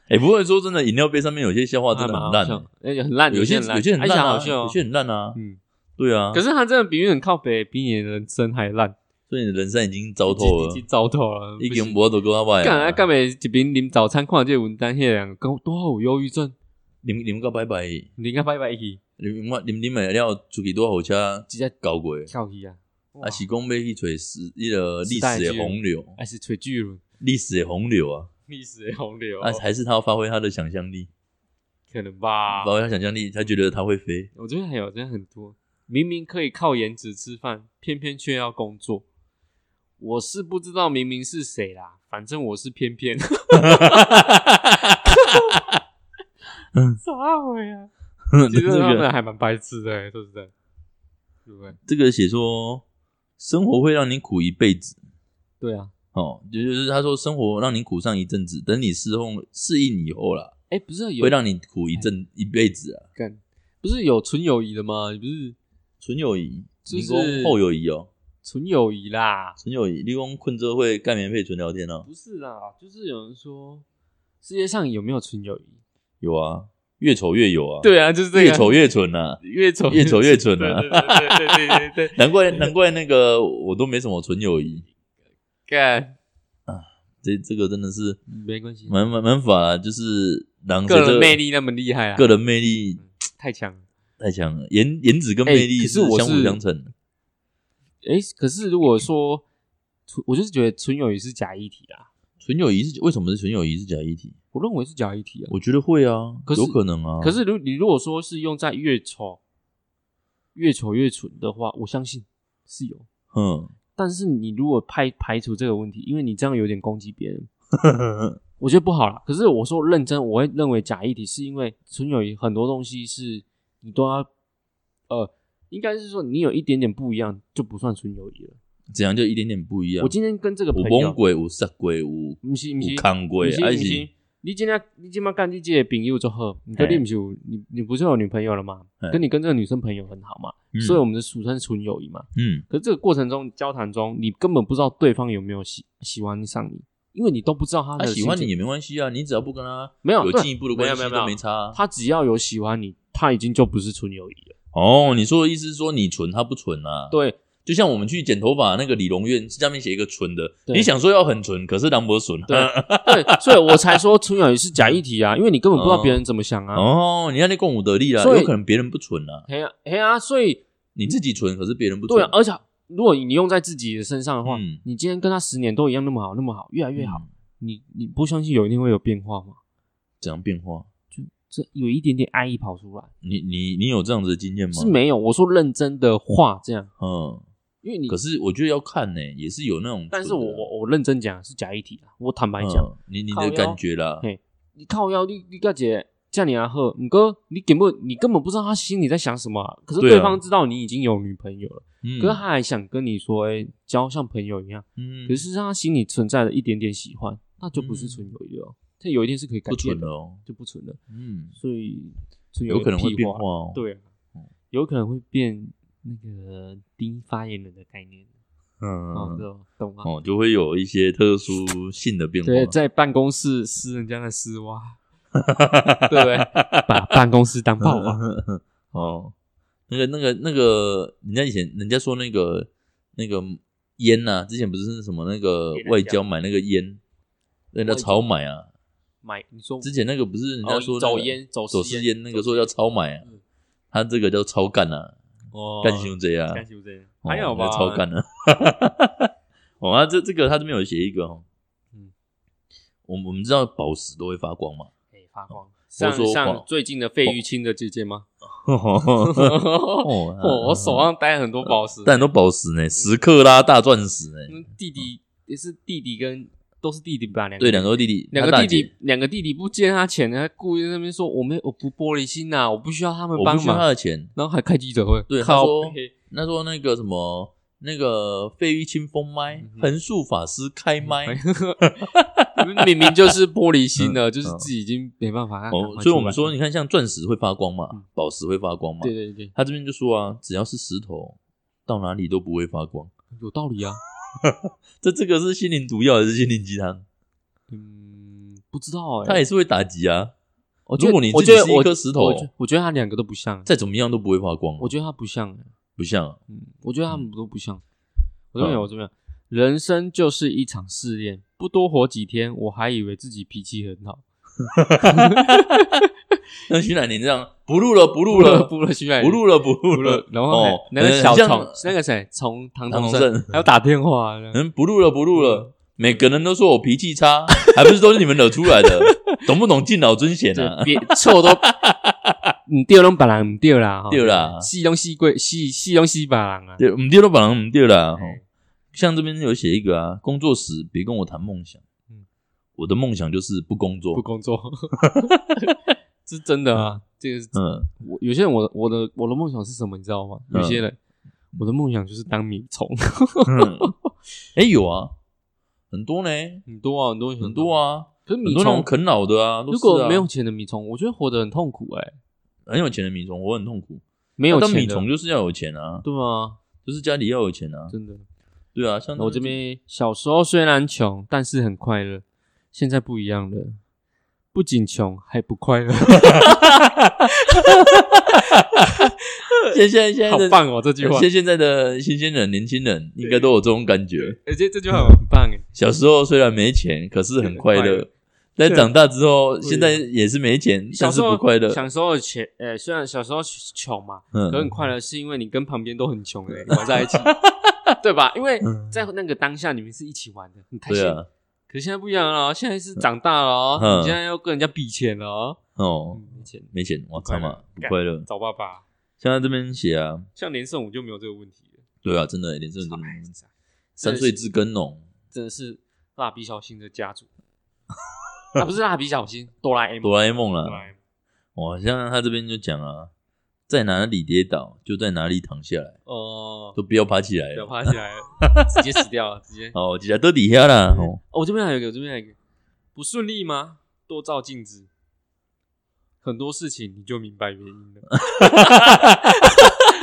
哎，不过说真的，饮料杯上面有些笑话真的很烂啊还蛮好欸笑，而且很烂，有些些有很烂些很而且烂好啊，笑哦有些。很烂啊，嗯，对啊可。是他真的比喻很靠北，比你的人生还烂，所以你的人生已经糟透已了经，糟透了，已不行经无都跟他外干啊，啊。干袂一边啉早餐，看到这个文章，迄人讲多好有忧郁症，你们你们个拜拜，你你应该拜拜去，们我你们你们了出去多好车直接搞过的。跳去啊！啊，是讲要去找史迄个历时代史巨的人洪流，还是吹巨轮，历史的洪流啊，历史的洪流，啊，还是他要发挥他的想象力，可能吧发。挥他想象力，他觉得他会 (laughs) 飞。我这边还有，真的很多，明明可以靠颜值吃饭，偏偏却要工作。我是不知道明明是谁啦，反正我是偏 (laughs) 偏。嗯啥鬼啊？其这实他个们还蛮白痴的、欸，说实在，对不对？ (laughs) 这个写说，生活会让你苦一辈子对啊，哦，就就是他说生活让你苦上一阵子，等你适后适应以后啦，哎、不是有哎会让你苦一阵一辈子啊。干，不是有纯友谊的吗？你不是纯友谊，就你是讲后友谊哦，纯友谊啦，纯友谊，你讲困之后会盖棉被纯聊天哦，不是啦，就是有人说世界上有没有纯友谊？有啊，越丑越有啊，，对啊，就是这个越丑越蠢啊，越丑越丑越蠢啊对对对对对对，难怪 (laughs) 难怪那个我都没什么纯友谊，干这这个真的是没关系，蛮蛮蛮法啦，就是狼个人魅，力那么厉害啊，个人魅力太强了。太强了，颜颜值跟魅哎力可是我相辅是相成的。哎，可是如果说纯，我就是觉得纯友谊是假议题啦，纯友谊是为什么是纯友谊是假议题？我认为是假议题啊。我觉得会啊，可是有可能啊。可是如你如果说是用在越丑、越丑越蠢的话，我相信是有。嗯，但是你如果排排除这个问题，因为你这样有点攻击别人，我觉得不好啦。可是我说认真，我会认为假议题是因为纯友谊很多东西是你都要，呃，应该是说你有一点点不一样就不算纯友谊了。 (laughs) 怎样就一点点不一样。我今天跟这个朋有友崩，鬼，有杀鬼，有不是不是有扛鬼，不啊是一不是起，你今天你今天干你这个朋友就好，你跟嘿你不是有你你不是有女朋友了吗嘿？跟你跟这个女生朋友很好嘛，所以我们就俗称纯友谊嘛。嗯可是这个过程中交谈中，你根本不知道对方有没有喜喜欢上你，因为你都不知道他嗯，他的、喜欢你，也没关系啊，你只要不跟他没有有对进一步的关没系有没有都没有没差啊。他只要有喜欢你，他已经就不是纯友谊了。哦，你说的意思是说你纯他不纯啊？，对，就像我们去剪头发那个理容院下面写一个纯的，对你想说要很纯，可是梁博纯。对啊对，所以我才说纯友谊是假议题啊，因为你根本不知道别人怎么想啊。哦，你看那共舞得利啦，所以有可能别人不纯啊，嘿啊嘿啊，所以你自己纯，可是别人不纯。对啊，而且如果你用在自己的身上的话，嗯你今天跟他十年都一样那么好，那么好，越来越好，嗯你你不相信有一天会有变化吗？怎样变化？这有一点点爱意跑出来你你你有这样子的经验吗？是没有，我说认真的话这样，嗯，因为你可是我觉得要看呢、也是有那种纯的啊，但是我我我认真讲是假议题啊，我坦白讲，嗯你你靠的腰感觉啦，嘿你靠腰你你个姐叫你啊喝，你哥你根本你根本不知道他心里在想什么啊、可是对啊对方知道你已经有女朋友了，嗯，可是他还想跟你说，哎、交像朋友一样，嗯可是他心里存在了一点点喜欢，那就不是纯友谊了哦，这有一天是可以改不变纯的了哦，哦，就不纯了，嗯，所以纯友谊有可能会屁变话化，哦，，对啊嗯，有可能会变那个低发言人的概念，哦，嗯，这种懂吗？哦，就会有一些特殊性的变化，对，在办公室撕人家的丝袜，对不对？把办公室当嗯炮房， (laughs) 哦，那个那个那个，人家以前人家说那个那个烟呐、之前不是什么那个给人家外交买那个烟，人家超买啊，买你说之前那个不是人家说、哦走烟走走私私烟烟那个说要超买啊嗯，他这个叫超干啊，哦干兄这啊，干修这样，哦还有吧？那超干了。 (laughs) 哦，啊，这这个他这边有写一个哦，嗯嗯，我们我们知道宝石都会发光 (laughs) 嘛，哎，发光，像说像谎最近的费玉清的姐姐吗？哦 (laughs) 啊我，哦我手啊上戴很多宝石，但很多宝石呢，十克拉大钻石呢，嗯弟弟也是弟弟跟都是弟弟吧？两个对，两个弟弟，他两个大弟姐弟，两个弟弟不借他钱，他故意在那边说我没我不玻璃心呐，我不需要他们我帮不需要他忙，的钱。然后还开记者会，对他靠说背那时候那个什么，那个费玉清封麦嗯，哼嗯横竖法师开麦， (laughs) 哦明明就是玻璃心了，就是嗯自己已经没办法。赶哦，快所以我出来们说，，你看像钻石会发光嗯嘛，宝石会发光嘛，对对对，他这边就说啊，只要是石头，到哪里都不会发光。有道理啊。这这个是心灵毒药还是心灵鸡汤？嗯，不知道哎、它也是会打击啊。我觉得如果你我自己觉得是一我颗石头我，觉我觉得他两个都不像，再怎么样都不会发光啊。我觉得他不像、欸，不像啊嗯，我觉得他们都不像。我这边有，我这边有，人生就是一场试炼，不多活几天，我还以为自己脾气很好，像徐乃麟这样，不录了，不录不了了， (laughs) 不了，徐乃麟不录了，不不录了了，。然后还、哦那个小很像虫，那个谁，从唐唐童崇生盛还要打电话、啊这样嗯，不录了，不录了。每个人都说我脾气差，还不是都是你们惹出来 (laughs) 的？懂不懂敬老尊贤对，啊？别 (laughs) 错都，唔对拢别人唔对啦，吼对啦死拢死鬼，死死拢死别人啊。对，我们丢了，本来我们丢了。哦哎像这边有写一个啊，工作时别跟我谈梦想。嗯我的梦想就是不工作不。工作， (laughs) 是真的啊。这个是嗯，我有些人，我的我的我的梦想是什么，你知道吗？嗯有些人，我的梦想就是当米 (laughs) 虫，哎、有啊，很多呢，很多啊，很多很多，啊，可是很米多那种虫，啃老的啊，都如是果啊没有钱的米虫，我觉得活得很痛苦哎，很有钱的米虫，我很痛苦。没有当米钱的虫，就是要有钱啊，对啊，就是家里要有钱啊，真的。对啊，像那我这边小时候虽然穷，但是很快乐。现在不一样了，不仅穷还不快乐。 (laughs) 现现在现在 (laughs) 好的棒 (laughs) 哦，这句话，现现在的新鲜人、年轻人应该都有这种感觉。而且这句话很棒哎，小时候虽然没钱，可是很快很快乐乐。但长大之后，对啊现在也是没钱，小但是时候不快乐。小时候钱，呃，虽然小时候穷嘛，嗯可很快乐，是因为你跟旁边都很穷 (laughs) 的人玩在一起，对吧？因为在那个当下，你们是一起玩的，很嗯开对心。啊，可现在不一样了哦，现在是长大了哦，嗯你现在要跟人家比钱了哦，哦，没钱，没钱，我操嘛，不不快快乐。找爸爸。现在这边写啊，像连胜武就没有这个问题了，对啊，真的连胜文真的哎没三岁之根哦，真的是蜡笔小新的家族，啊，不是蜡笔小新，哆啦 A 梦，哆啦 A 梦啊哆啦啦。 A 梦，哇，哦像他这边就讲啊，在哪里跌倒就在哪里躺下来，哦，都不要爬起来不要了。爬 (laughs) 起来了，直接死掉了，直接。哦，起来都底下啦。哦，哦，我这边还有一个，我这边还有一个，不顺利吗？多照镜子，很多事情你就明白原因了。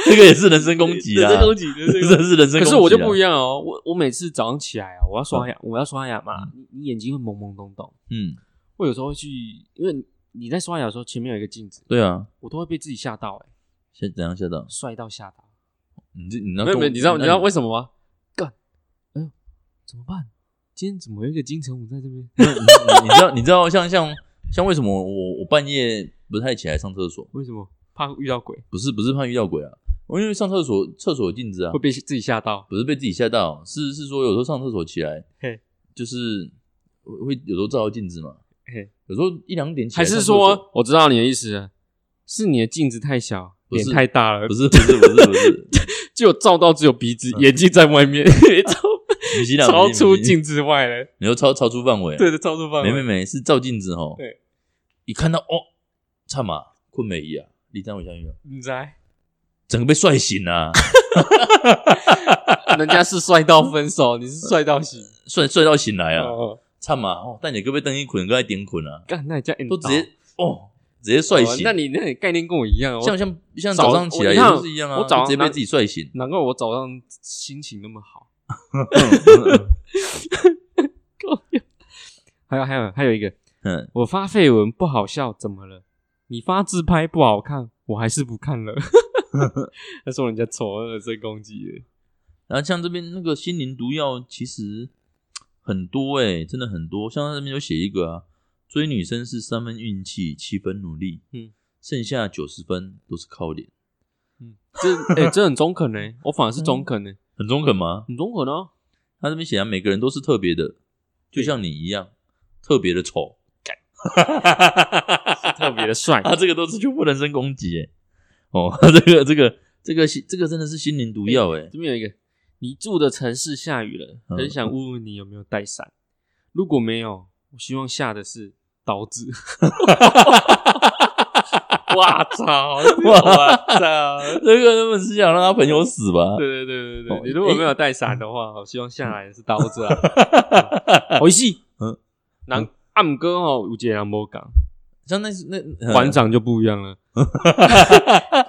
这个也是人身 (laughs) 攻击啦人，身攻击，人身攻 (laughs) 击这是人身攻击啊啦。可是我就不一样，样哦，我我每次早上起来啊，我要刷牙，我要刷牙嘛，你你眼睛会懵懵懂懂。嗯，我有时候会去，因为你在刷牙的时候，前面有一个镜子，对啊，我都会被自己吓到、欸，先怎样吓到？帅到吓到。你这你那没有没有，你知道你知道为什什么吗？干，哎呦，怎么办？今天怎么有一个金城武在这边？么？你知道你知道像像像为什么我我半夜不太起来上厕所？为什么？怕遇到鬼不是不是怕遇到鬼啊，我因为上厕所厕所有镜子啊会，被自己吓到？不是被自己吓到，是是说有时候上厕所起来嘿，就是会会有时候照到镜子嘛嘿，有时候一两点起来还上是厕所，说，我知道你的意思了，是你的镜子太小，不是脸太大了不，是不是不是不是，就照到只有鼻子，眼睛在外 (laughs) 面，超你洗两超出，你镜子外了。你说超超出范围啊， (laughs) 对的，超出范没没围。没，是照镜子哦。对，一看到哦，差嘛，困美仪啊，李张伟相遇啊，你猜，整个被帅醒啊， (laughs) 人家是帅到分手，你是帅到 (laughs) 死。帅帅到醒来啊，哦，差嘛哦，但你可不可以灯一捆，搁在点捆啊，干，那你这样都直接哦，直接帅嗯哦醒。那你那你概念跟我一样哦。像像像早早上起我来你也看都是一样啊，我早上就直接被那。自己帅醒难怪我早上心情那么好。还有还有还有一个， (laughs) 嗯，我发绯闻不好笑，怎么了？你发自拍不好看，我还是不看了。 (laughs) 他说人家丑恶最攻击了，然后像这边那个心灵毒药，其实很多哎、真的很多。像他那边有写一个啊，追女生是三分运气，七分努力，嗯，剩下九十分都是靠脸，嗯，这哎、这很中肯呢、我反而是中肯呢、很中肯吗？很中肯哦、他这边写啊，每个人都是特别的，就像你一样，特别的丑，特别的帅， (laughs) 啊，这个都是全部人身攻击哎、哦， (laughs) 这个这个这个这个真的是心灵毒药哎、这边有一个，你住的城市下雨了，嗯很想问问你有没有带伞。如果没有，我希望下的是刀子。 (laughs) 哇操！哇操！这个根本是想让他朋友死吧？对对对对对，哦你如果诶没有带伞的话，我希望下来的是刀 (laughs) 子啊。回戏，嗯嗯，南阿姆哥哦，有一个人无讲，像那那馆长就不一 (laughs) 样了，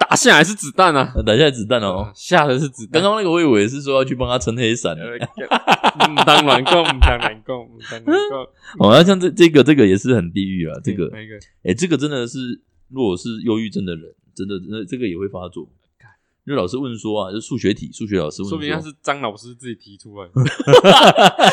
打下来是子弹啊，打下来子弹哦。下的是子弹刚。刚那个我以为是说要去帮他撑黑伞，唔当乱讲，唔当乱讲，唔当乱讲。哦，那像这这个这个也是很地狱 (laughs) 啊，这个哪一个？哎、这个真的是如果是忧郁症的人，真的那这个也会发作。因为老师问说啊，就数学题，哦数学老师问说，说明他是张老师自己提出 (laughs) 来的。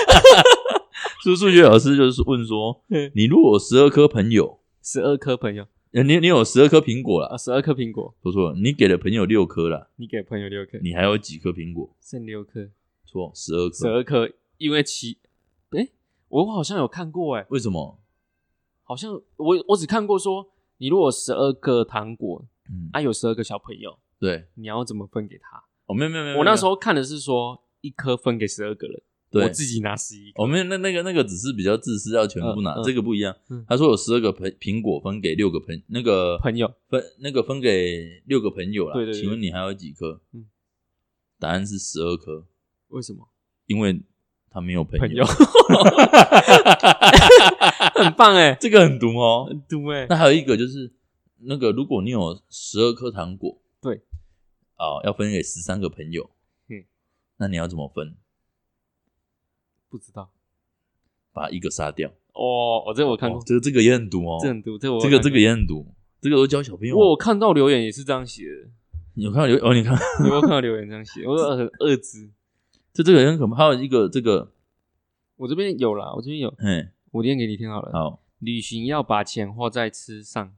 数数学老师就是问说嗯，你如果十二颗朋友，十二颗朋友呃你你有十二颗苹果啊，啦，十二颗苹果，说错了，你给了朋友六颗啦，你给朋友六颗，你还嗯有几颗苹果？剩六颗，错，十二十颗。二颗，因为其，诶、我好像有看过、诶，为什么？好像我我只看过说，你如果十二个糖果，嗯，啊，有十二个小朋友，对，你要怎么分给他？哦，没有没有没有，我那时候候看的是说，一颗分给十二个人，对我自己拿十一颗，哦，没有，那那个那个只是比较自私，要全部拿，嗯嗯这个不一样嗯。他说有十二个苹苹果分给六个朋那个朋友分那个分给六个朋友啦。对对对请问你还有几颗？嗯答案是十二颗，为什么？因为他没有朋朋友 (laughs) 友，。很棒哎、 (laughs) 这个很毒哦。 (laughs) 很毒哎、那还有一个就是那个，如果你有十二颗糖果，对，啊、要分给十三个朋友，嗯，那你要怎么分？不知道把一个杀掉。哦，我这个我看过哦，这个这个也很毒哦，这很毒，这个我这个这看个过也很毒，这个都教小朋友。我有看到留言也是这样写的，你有看到有哦，你看我有看到留言这样写，我说很恶之。这这个也很可怕。还有一个这个，我这边有啦，我这边有，嗯，我念给你听好了。好，旅行要把钱花在吃上，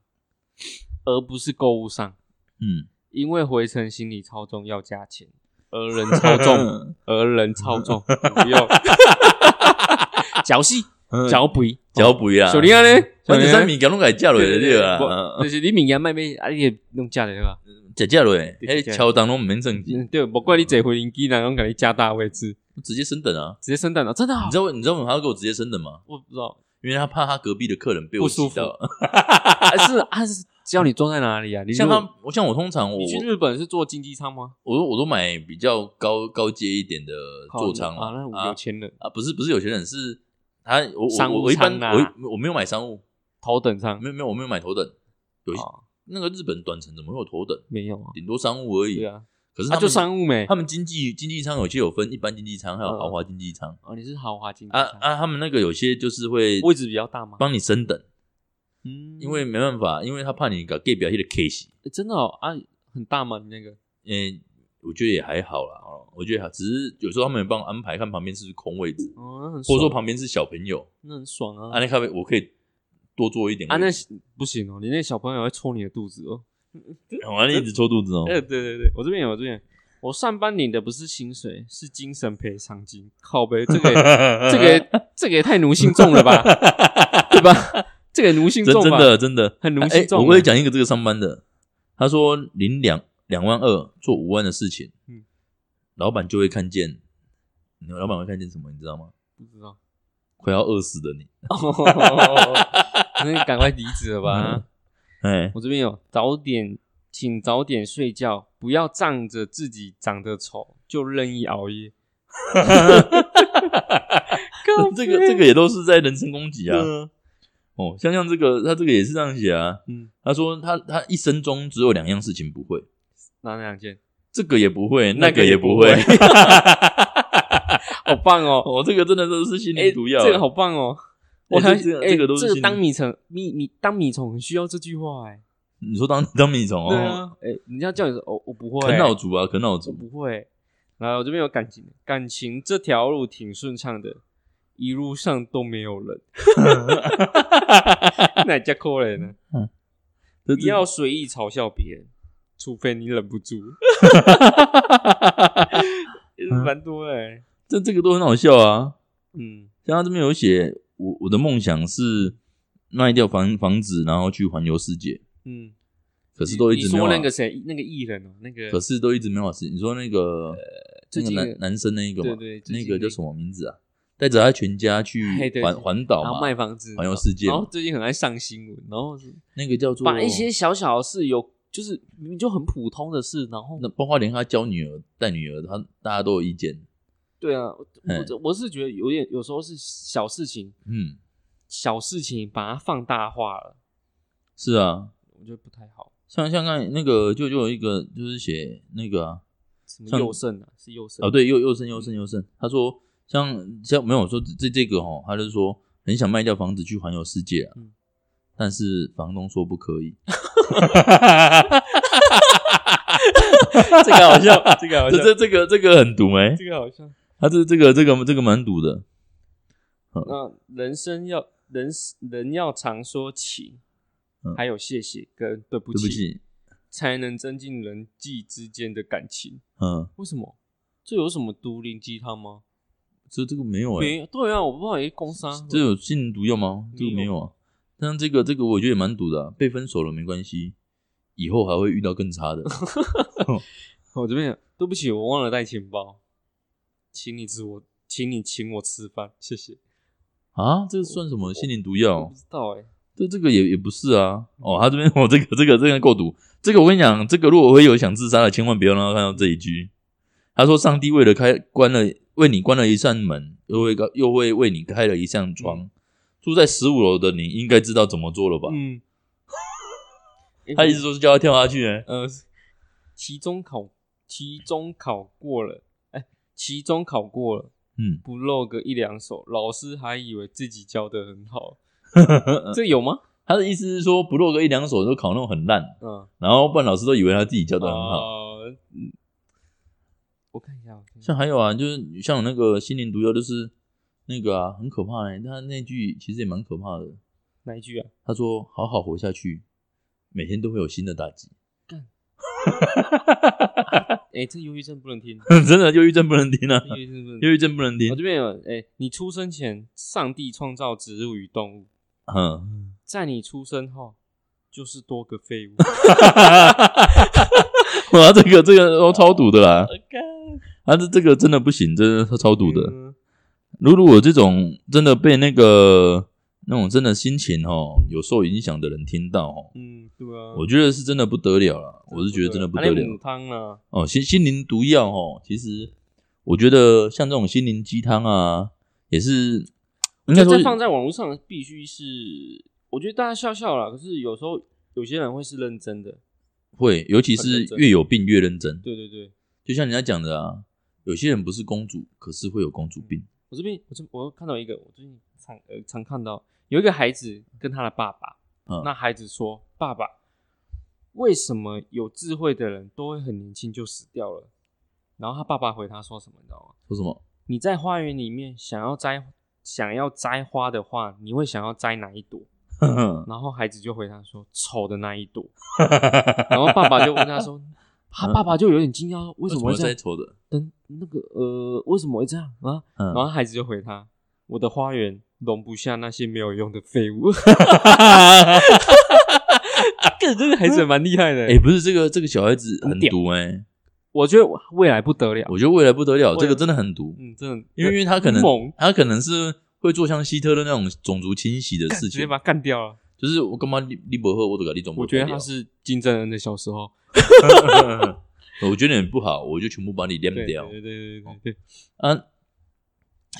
而不是购物上，嗯，因为回程行李超重要加钱，而嗯 (laughs) 人超重，而人超重，不用。嚼戏，嗯脚肥，脚肥啊，小林啊咧，反正三米，米讲拢家食落对就对对对啊，不就是你物件卖买，啊，你会弄假的对吧？食食落，迄对超重哎拢毋免算钱，嗯对，不怪你坐回零机，然后给你加大位置，直接升等啊。直接升等了，真的好你，知道为你知道为什么他要给我直接升等吗？我不知道，因为他怕他隔壁的客人被我不舒挤服到。啊 (laughs) 是啊是，叫你坐在哪里啊？你像如果他，我像我通常我你去日本是坐经济舱吗？我都我都买比较高高阶一点的座舱啊，那啊有钱人啊，不是不是有钱人是他我商我务我一般舱啊我一我没有买商务，头等舱没有没有我没有买头等，有一哦那个日本短程怎么会有头等？没有啊？顶多商务而已对。啊，可是他啊们就商务没他们经济经济舱有些有分一般经济舱，还有嗯豪华经济舱。哦，你是豪华经济啊舱啊，他们那个有些就是会位置比较大吗？帮你升等，嗯，因为没办法，因为他怕你搞 gay 表现的 case。诶真的哦啊，很大吗？你那个嗯，我觉得也还好啦，哦我觉得还只是有时候他们有帮我安排，看旁边是不是空位置，哦，那很或爽者说旁边是小朋友，那很爽啊啊，那咖啡我可以多做一点啊，那位置。是不行哦，你那小朋友会戳你的肚子哦。我那一直戳肚子哦哎、， (laughs) 对对对，我这边有，我这边有我上班领的不是薪水，是精神赔偿金。靠呗，这个 (laughs) 也 (laughs) 呃这个也这个也太奴性重了 (laughs) 吧，对吧？这个也奴性真重真吧，的真的很奴哎，性重啊。我会讲一个这个上班的，他说领两两万二做五万的事情，嗯老板就会看见，你老板会看见什么，你知道吗？不知道， (laughs) 快要饿死的你，哦那赶快离职了吧。哎，我这边有早点，请早点睡觉，不要仗着自己长得丑就任意熬夜。 (laughs) 靠这个背这个也都是在人身攻击啊。嗯哦，像像这个他这个也是这样写啊，嗯，他说他他一生中只有两样事情不会，哪两件？这个也不会，那个个也也不不会会。 (laughs) 好棒 (laughs) 哦！哦，这个真的都是心哎，灵毒药啊，这个好棒哦！我哎还这个哎这个都是这心个当米虫米米当米虫很需要这句话哎。你说当当米虫对哦，啊，哎，人家叫你说哦，我不会，啃老族啊，啃老我族，不会。然后我这边有感情，感情这条路挺顺畅的，一路上都没有人，那也叫可怜呢。这不要随意嘲笑别人，除非你忍不住。蛮多哎，这这个都很好笑啊。嗯，像他这边有写，我我的梦想是卖掉房房子，然后去环游世界，嗯，可是都一你直没有说啊那个谁，那个艺人哦，那个可是都一直没有事。你说那个那呃最个近男男生那一个嘛，对对最那近个那叫个什么名字啊？带着他全家嘿去对环对环岛啊然后嘛，卖房子，哦环游世界然后嘛哦最近很爱上新闻，然后是那个叫做把一些小小的事有，就是明明就很普通的事，然后那包括连他教女儿带女儿，他大家都有意见。对啊，我嗯我我是觉得有点有时候是小事情，嗯，小事情把它放大化了，是啊，我觉得不太好。像像刚才那个就就有一个就是写那个啊，什么像右肾啊，是右肾 (laughs) 哦，对，又又胜又胜又胜。他说像像没有说这这个哦，他就说很想卖掉房子去环游世界啊，嗯但是房东说不可 (laughs) 以，这个好笑，这个好这这这个这个很毒哎、这个好笑。他这这个这个这个蛮毒的，那人生要人人要常说请嗯，还有谢谢跟对不对不起，起，才能增进人际之间的感情。嗯，为什么？这有什么毒零鸡汤吗？这这个没有哎、没对啊，我不知道也是工伤。这有心灵毒药吗？这没有个没有啊。但这个这个我觉得也蛮毒的、啊，被分手了没关系，以后还会遇到更差 (laughs) 的。我这边有对不起，我忘了带钱包，请你吃我，请你请我吃饭，谢谢。啊，这个算什么心灵毒我药不？知道哎、这这个也也不是啊。哦，他这边我、这个这个这个够毒。这个我跟你讲，这个如果会有想自杀的，千万不要让他看到这一句。他说：“上帝为了开关了为你关了一扇门，又会又会为你开了一扇窗。住在十五楼的你应该知道怎么做了吧？嗯， (laughs) 他意思说是叫他跳下去、欸，呃，期中考，期中考过了，哎、期中考过了，嗯，不露个一两手，老师还以为自己教的很 (laughs) 好，这有吗？他的意思是说不落个一两手都考那种很烂，嗯，然后不然老师都以为他自己教的很好。呃嗯我看一下，我看一下像还有啊，就是像有那个心灵毒药，就是那个啊，很可怕的、他那句其实也蛮可怕的。哪一句啊？他说：“好好活下去，每天都会有新的打击。”哎，这忧郁症不 (laughs) 能听，嗯真的，忧郁症不能听啊这，忧郁症不能忧听。郁症不能听。我这边有，哎，你出生前，上帝创造植物与动物，嗯，在你出生后，就是多个废 (laughs) 物。 (laughs) 哇，这个这个都超毒的啦，干啊，这这个真的不行，真的超毒的。嗯如果我这种真的被那个那种真的心情哦有受影响的人听到哦，嗯，对啊，我觉得是真的不得了了，我是觉得真的不得啊那了母汤啊，哦。心心灵毒药哦，其实我觉得像这种心灵鸡汤啊，也是应该就说在是放在网络上必须是，我觉得大家笑笑啦，可是有时候有些人会是认真的。会，尤其是越有病越认真。对对对，就像人家讲的啊，有些人不是公主，可是会有公主病。我这边我这我看到一个，我最近常呃常看到有一个孩子跟他的爸爸，嗯那孩子说：“爸爸，为什么有智慧的人都会很年轻就死掉了？”然后他爸爸回他说什么，你知道吗？说什么？ (laughs) 你在花园里面想要摘想要摘花的话，你会想要摘哪一朵？然后孩子就回答说：“丑的那一朵。”然后爸爸就问他说：“ (laughs) 他爸爸就有点惊讶，说为什么会这在样？愁的？等那个呃，为什么会这样啊？”然后嗯，孩子就回他：“我的花园容不下那些没有用的废物。” (laughs) 干，这个孩子也蛮厉害的。哎，不是这个这个小孩子很很屌毒哎，我觉得我未来不得了。我觉得未来不得了，未来这个真的很毒，啊嗯，真的，因为因为他可能猛他可能是会做像希特勒那种种族清洗的干事直接情，把他干掉了。就是我干嘛利利伯赫我都给你种，我觉得他，是金正恩的小时候。我觉得你不好，我就全部把你对 đem 对掉对对对对，啊。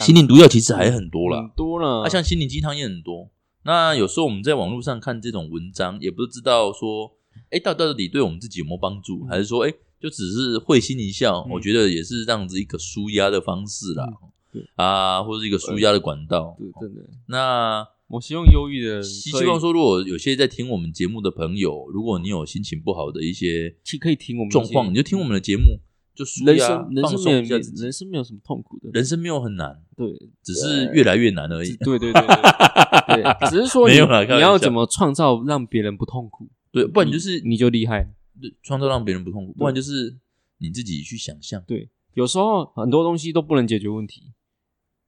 心灵毒药其实还很多啦，很多了。啊，像心灵鸡汤也很多。那有时候我们在网络上看这种文章，也不知道说，哎，到到底对我们自己有没有帮助，嗯还是说，哎，就只是会心一笑？嗯我觉得也是这样子一个舒压的方式啦，对啊，或者是一个舒压的管道。对真的，那我希望忧郁的人希可以希望说，如果有些在听我们节目的朋友，如果你有心情不好的一些其实可以听我们的状节目况，你就听我们的节目，就舒人压生人放生没有松一下自己。人生没有什么痛苦的，人生没有很难，对只是越来越难而只已。对对对对，对只是说你 (laughs) 没有啦开玩你要笑怎么创造让别人不痛苦，对，不然你就是你就厉害。嗯对创造让别人不痛苦，不然就是你自己去想象。对，有时候很多东西都不能解决问题，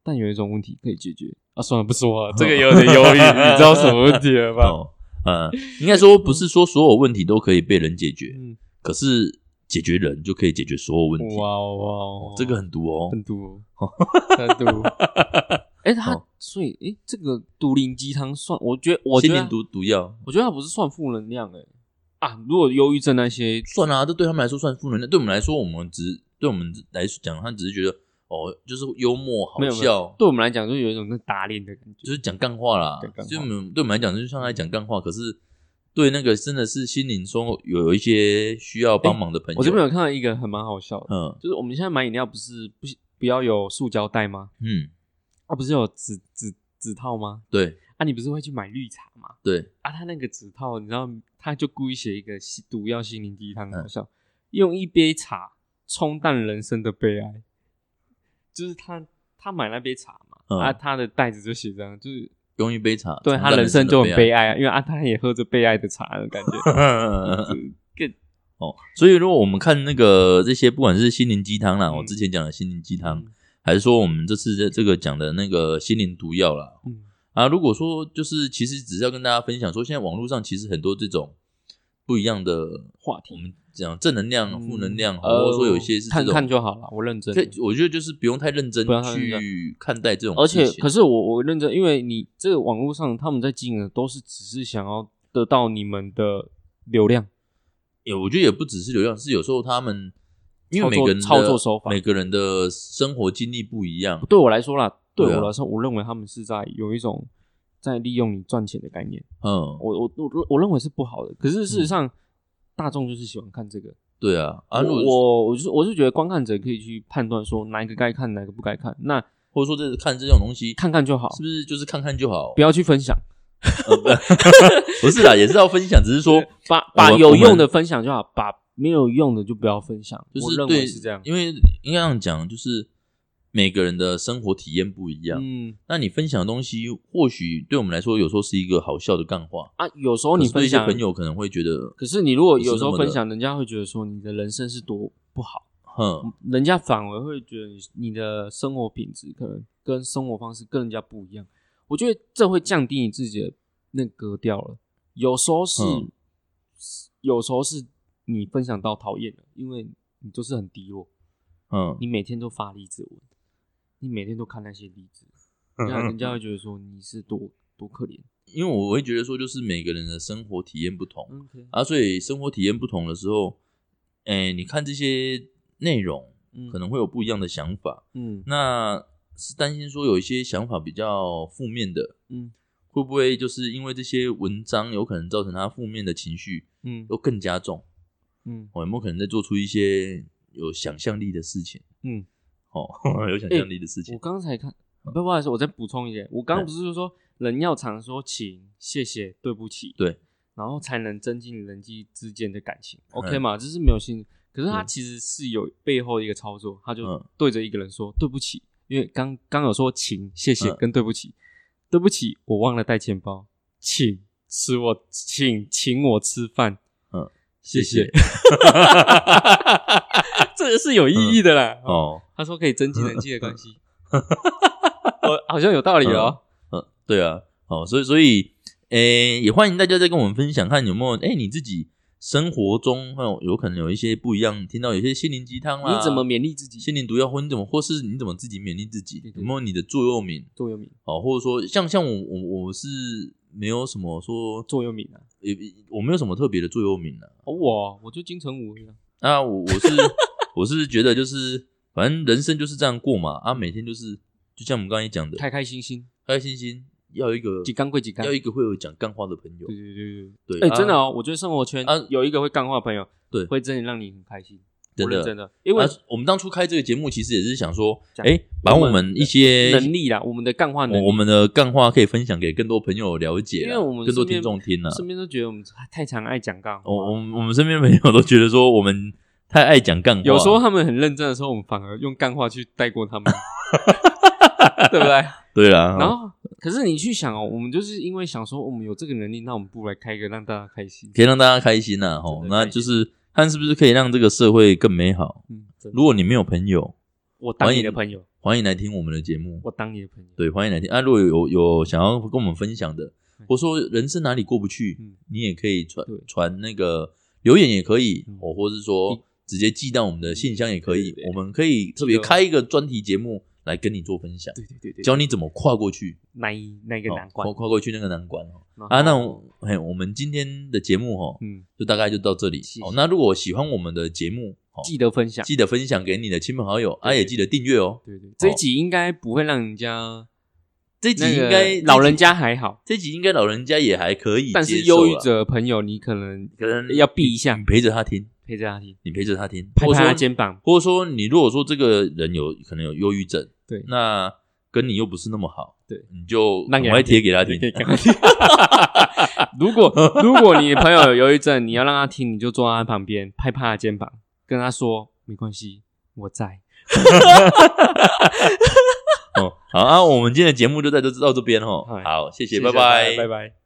但有一种问题可以解决啊！算了，不说了，这个有点忧 (laughs) 郁，你知道什么问题了吧？哦，呃，应该说不是说所有问题都可以被人解决，嗯，可是解决人就可以解决所有问题。哇哦哦哇哦，这个很毒 (laughs) 哦。哦很毒，很毒。哎，他好所以哎，这个毒灵鸡汤算，我觉得我我觉心得灵毒毒药，我觉得它不是算负能量哎、啊！如果忧郁症那些，算啊啦、这对他们来说算负能量，对我们来说，我们只对我们来讲，他只是觉得哦，就是幽默好没有没有笑，对我们来讲就有一种在打脸的感觉，就是讲干话啦讲干。话就我们对我们来讲，就像在讲干话，可是。对，那个真的是心灵说有一些需要帮忙的朋友。我这边有看到一个很蛮好笑的，嗯就是我们现在买饮料不是不不要有塑胶袋吗？嗯，啊，不是有纸纸纸套吗？对啊，你不是会去买绿茶吗？对，啊，他那个纸套，你知道，他就故意写一个吸毒药心灵鸡汤，嗯好笑，用一杯茶冲淡人生的悲哀，就是他他买那杯茶嘛，嗯啊，他的袋子就写这样，就是用一杯茶，对冲他淡人生就很的悲哀啊，因为啊，他也喝着悲哀的茶的感 (laughs) 觉。更哦，所以如果我们看那个这些，不管是心灵鸡汤啦，嗯我之前讲的心灵鸡汤，嗯还是说我们这次这这个讲的那个心灵毒药啦，嗯啊，如果说就是其实只是要跟大家分享说，现在网络上其实很多这种不一样的话题我们讲正能量、嗯负能量，呃或者说有一些是这看种看就好了，我认真。可以我觉得就是不用太认真不要太认真啊去看待这种而事情，且，可是我我认真，因为你这个网络上他们在经营的都是只是想要得到你们的流量，也我觉得也不只是流量，是有时候他们因为操每作个人的操作手法每个人的生活经历不一样，对我来说啦，对对啊我来说，我认为他们是在有一种在利用你赚钱的概念，嗯，我我我我认为是不好的。可是事实上，大众就是喜欢看这个。对啊，嗯啊，如我果我我是我是觉得观看者可以去判断说哪一个该看，哪一个不该看，那或者说这看这种东西，看看就好，是不是就是看看就好？呃不要去分享， (laughs) 不是啦，也是要分享，只是说把把我有我们用的分享就好，把没有用的就不要分享。就我是认对，为是这样，因为应该这样讲，就是每个人的生活体验不一样，嗯那你分享的东西，或许对我们来说，有时候是一个好笑的干话。啊，有时候你可是对分一些享朋，友可能会觉得，可是你如果不是有时候那么的分享，人家会觉得说你的人生是多不好，哼，人家反而会觉得你你的生活品质可能跟生活方式跟人家不一样。我觉得这会降低你自己的那个格调了。有时候是，嗯有时候是你分享到讨厌了，因为你就是很低落，嗯，你每天都发励志文，你每天都看那些励志，嗯那人家会觉得说你是多多可怜。因为我会觉得说，就是每个人的生活体验不同、嗯，OK，啊，所以生活体验不同的时候，哎，你看这些内容，嗯可能会有不一样的想法。嗯那是担心说有一些想法比较负面的，嗯会不会就是因为这些文章有可能造成他负面的情绪嗯又更加重？嗯，哦，有没有可能在做出一些有想象力的事情？嗯，哦， (laughs) 有想象力的事情嗯我。刚才看，不不好意思，我再补充一点，我刚刚不是就说人要常说请、谢谢、对不起，对，然后才能增进人际之间的感情嗯，OK 嘛？这是没有信，可是他嗯其实是有背后一个操作，他就嗯对着一个人说对不起，因为刚刚有说请、谢谢嗯跟对不起，对不起，我忘了带钱包，请吃我请请我吃饭，嗯，谢谢谢， (laughs) 这个是有意义的啦，哦。哦，他说可以增进人 (laughs) 际的关系，我好像有道理哦。嗯，对啊，哦，所以所以，诶，也欢迎大家再跟我们分享，看有没有诶你自己生活中哦，有可能有一些不一样，听到有些心灵鸡汤啦，你怎么勉励自己？心灵毒药，或你怎么，或是你怎么自己勉励自己对，对有没有你的座右铭？座右铭，哦，或者说像像我我我是没有什么说座右铭啊！也我没有什么特别的座右铭啊。哦，我我就金城武一样。那我我是我是觉得就是，反正人生就是这样过嘛，啊，每天就是就像我们刚才讲的，开开开心心，开心心，要有一个几缸归几缸要。一个会有讲干话的朋友对，对对，对对，哎，啊真的哦，我觉得生活圈啊有一个会干话的朋友，对会真的让你很开心，真的真的，因为啊我们当初开这个节目，其实也是想说，讲哎，把我我们们一些能力啦，我们的干话能我力，我们的干话可以分享给更多朋友了解啦，因为我们更多身边听众听了。身边都觉得我们太常爱讲干话，我我们我们身边的朋友都觉得说我们太爱讲干话，有时候他们很认真的时候，我们反而用干话去带过 (laughs) 他们，对不对？对啦，然后，可是你去想哦，我们就是因为想说我们有这个能力，那我们不如来开一个让大家开心。可以让大家开心呐、啊，吼，真的那开心就是看是不是可以让这个社会更美好。嗯，真的如果你没有朋友，我当欢你迎的朋友，欢迎来听我们的节目，我当你的朋友，对，欢迎来听啊。如果有有想要跟我们分享的嗯，或说人生哪里过不去，嗯你也可以传对传那个留言也可以嗯，哦，或是说直接寄到我们的信箱也可以对对，对我们可以特别开一个专题节目来跟你做分享，对对对对，教你怎么跨过去那一那一个哦难关跨跨过去那个难关哦。然后啊，那我嘿，我们今天的节目哦，嗯，就大概就到这里谢谢哦。那如果喜欢我们的节目，哦记得分享。记得分享给你的亲朋好友，啊，对也记得订阅哦。对对，这一集应该不会让人家这集那应个该老人家，还好，这集这集应该老人家也还可以接受啦，啊但是忧郁者朋友你可能可能要避一下你，陪着他听，陪着他听，你陪着他听，拍或拍他者说肩膀。或者说你如果说这个人有可能有忧郁症，对那跟你又不是那么好，对，你就赶让给快他贴给他听对，可以 (laughs) 赶快听啊如果如果你朋友有忧郁症，你要让他听，你就坐在他旁边，拍拍他的肩膀，跟他说没关系，我在。哦。好啊，我们今天的节目就在这到这边哦好。好，谢谢拜拜拜。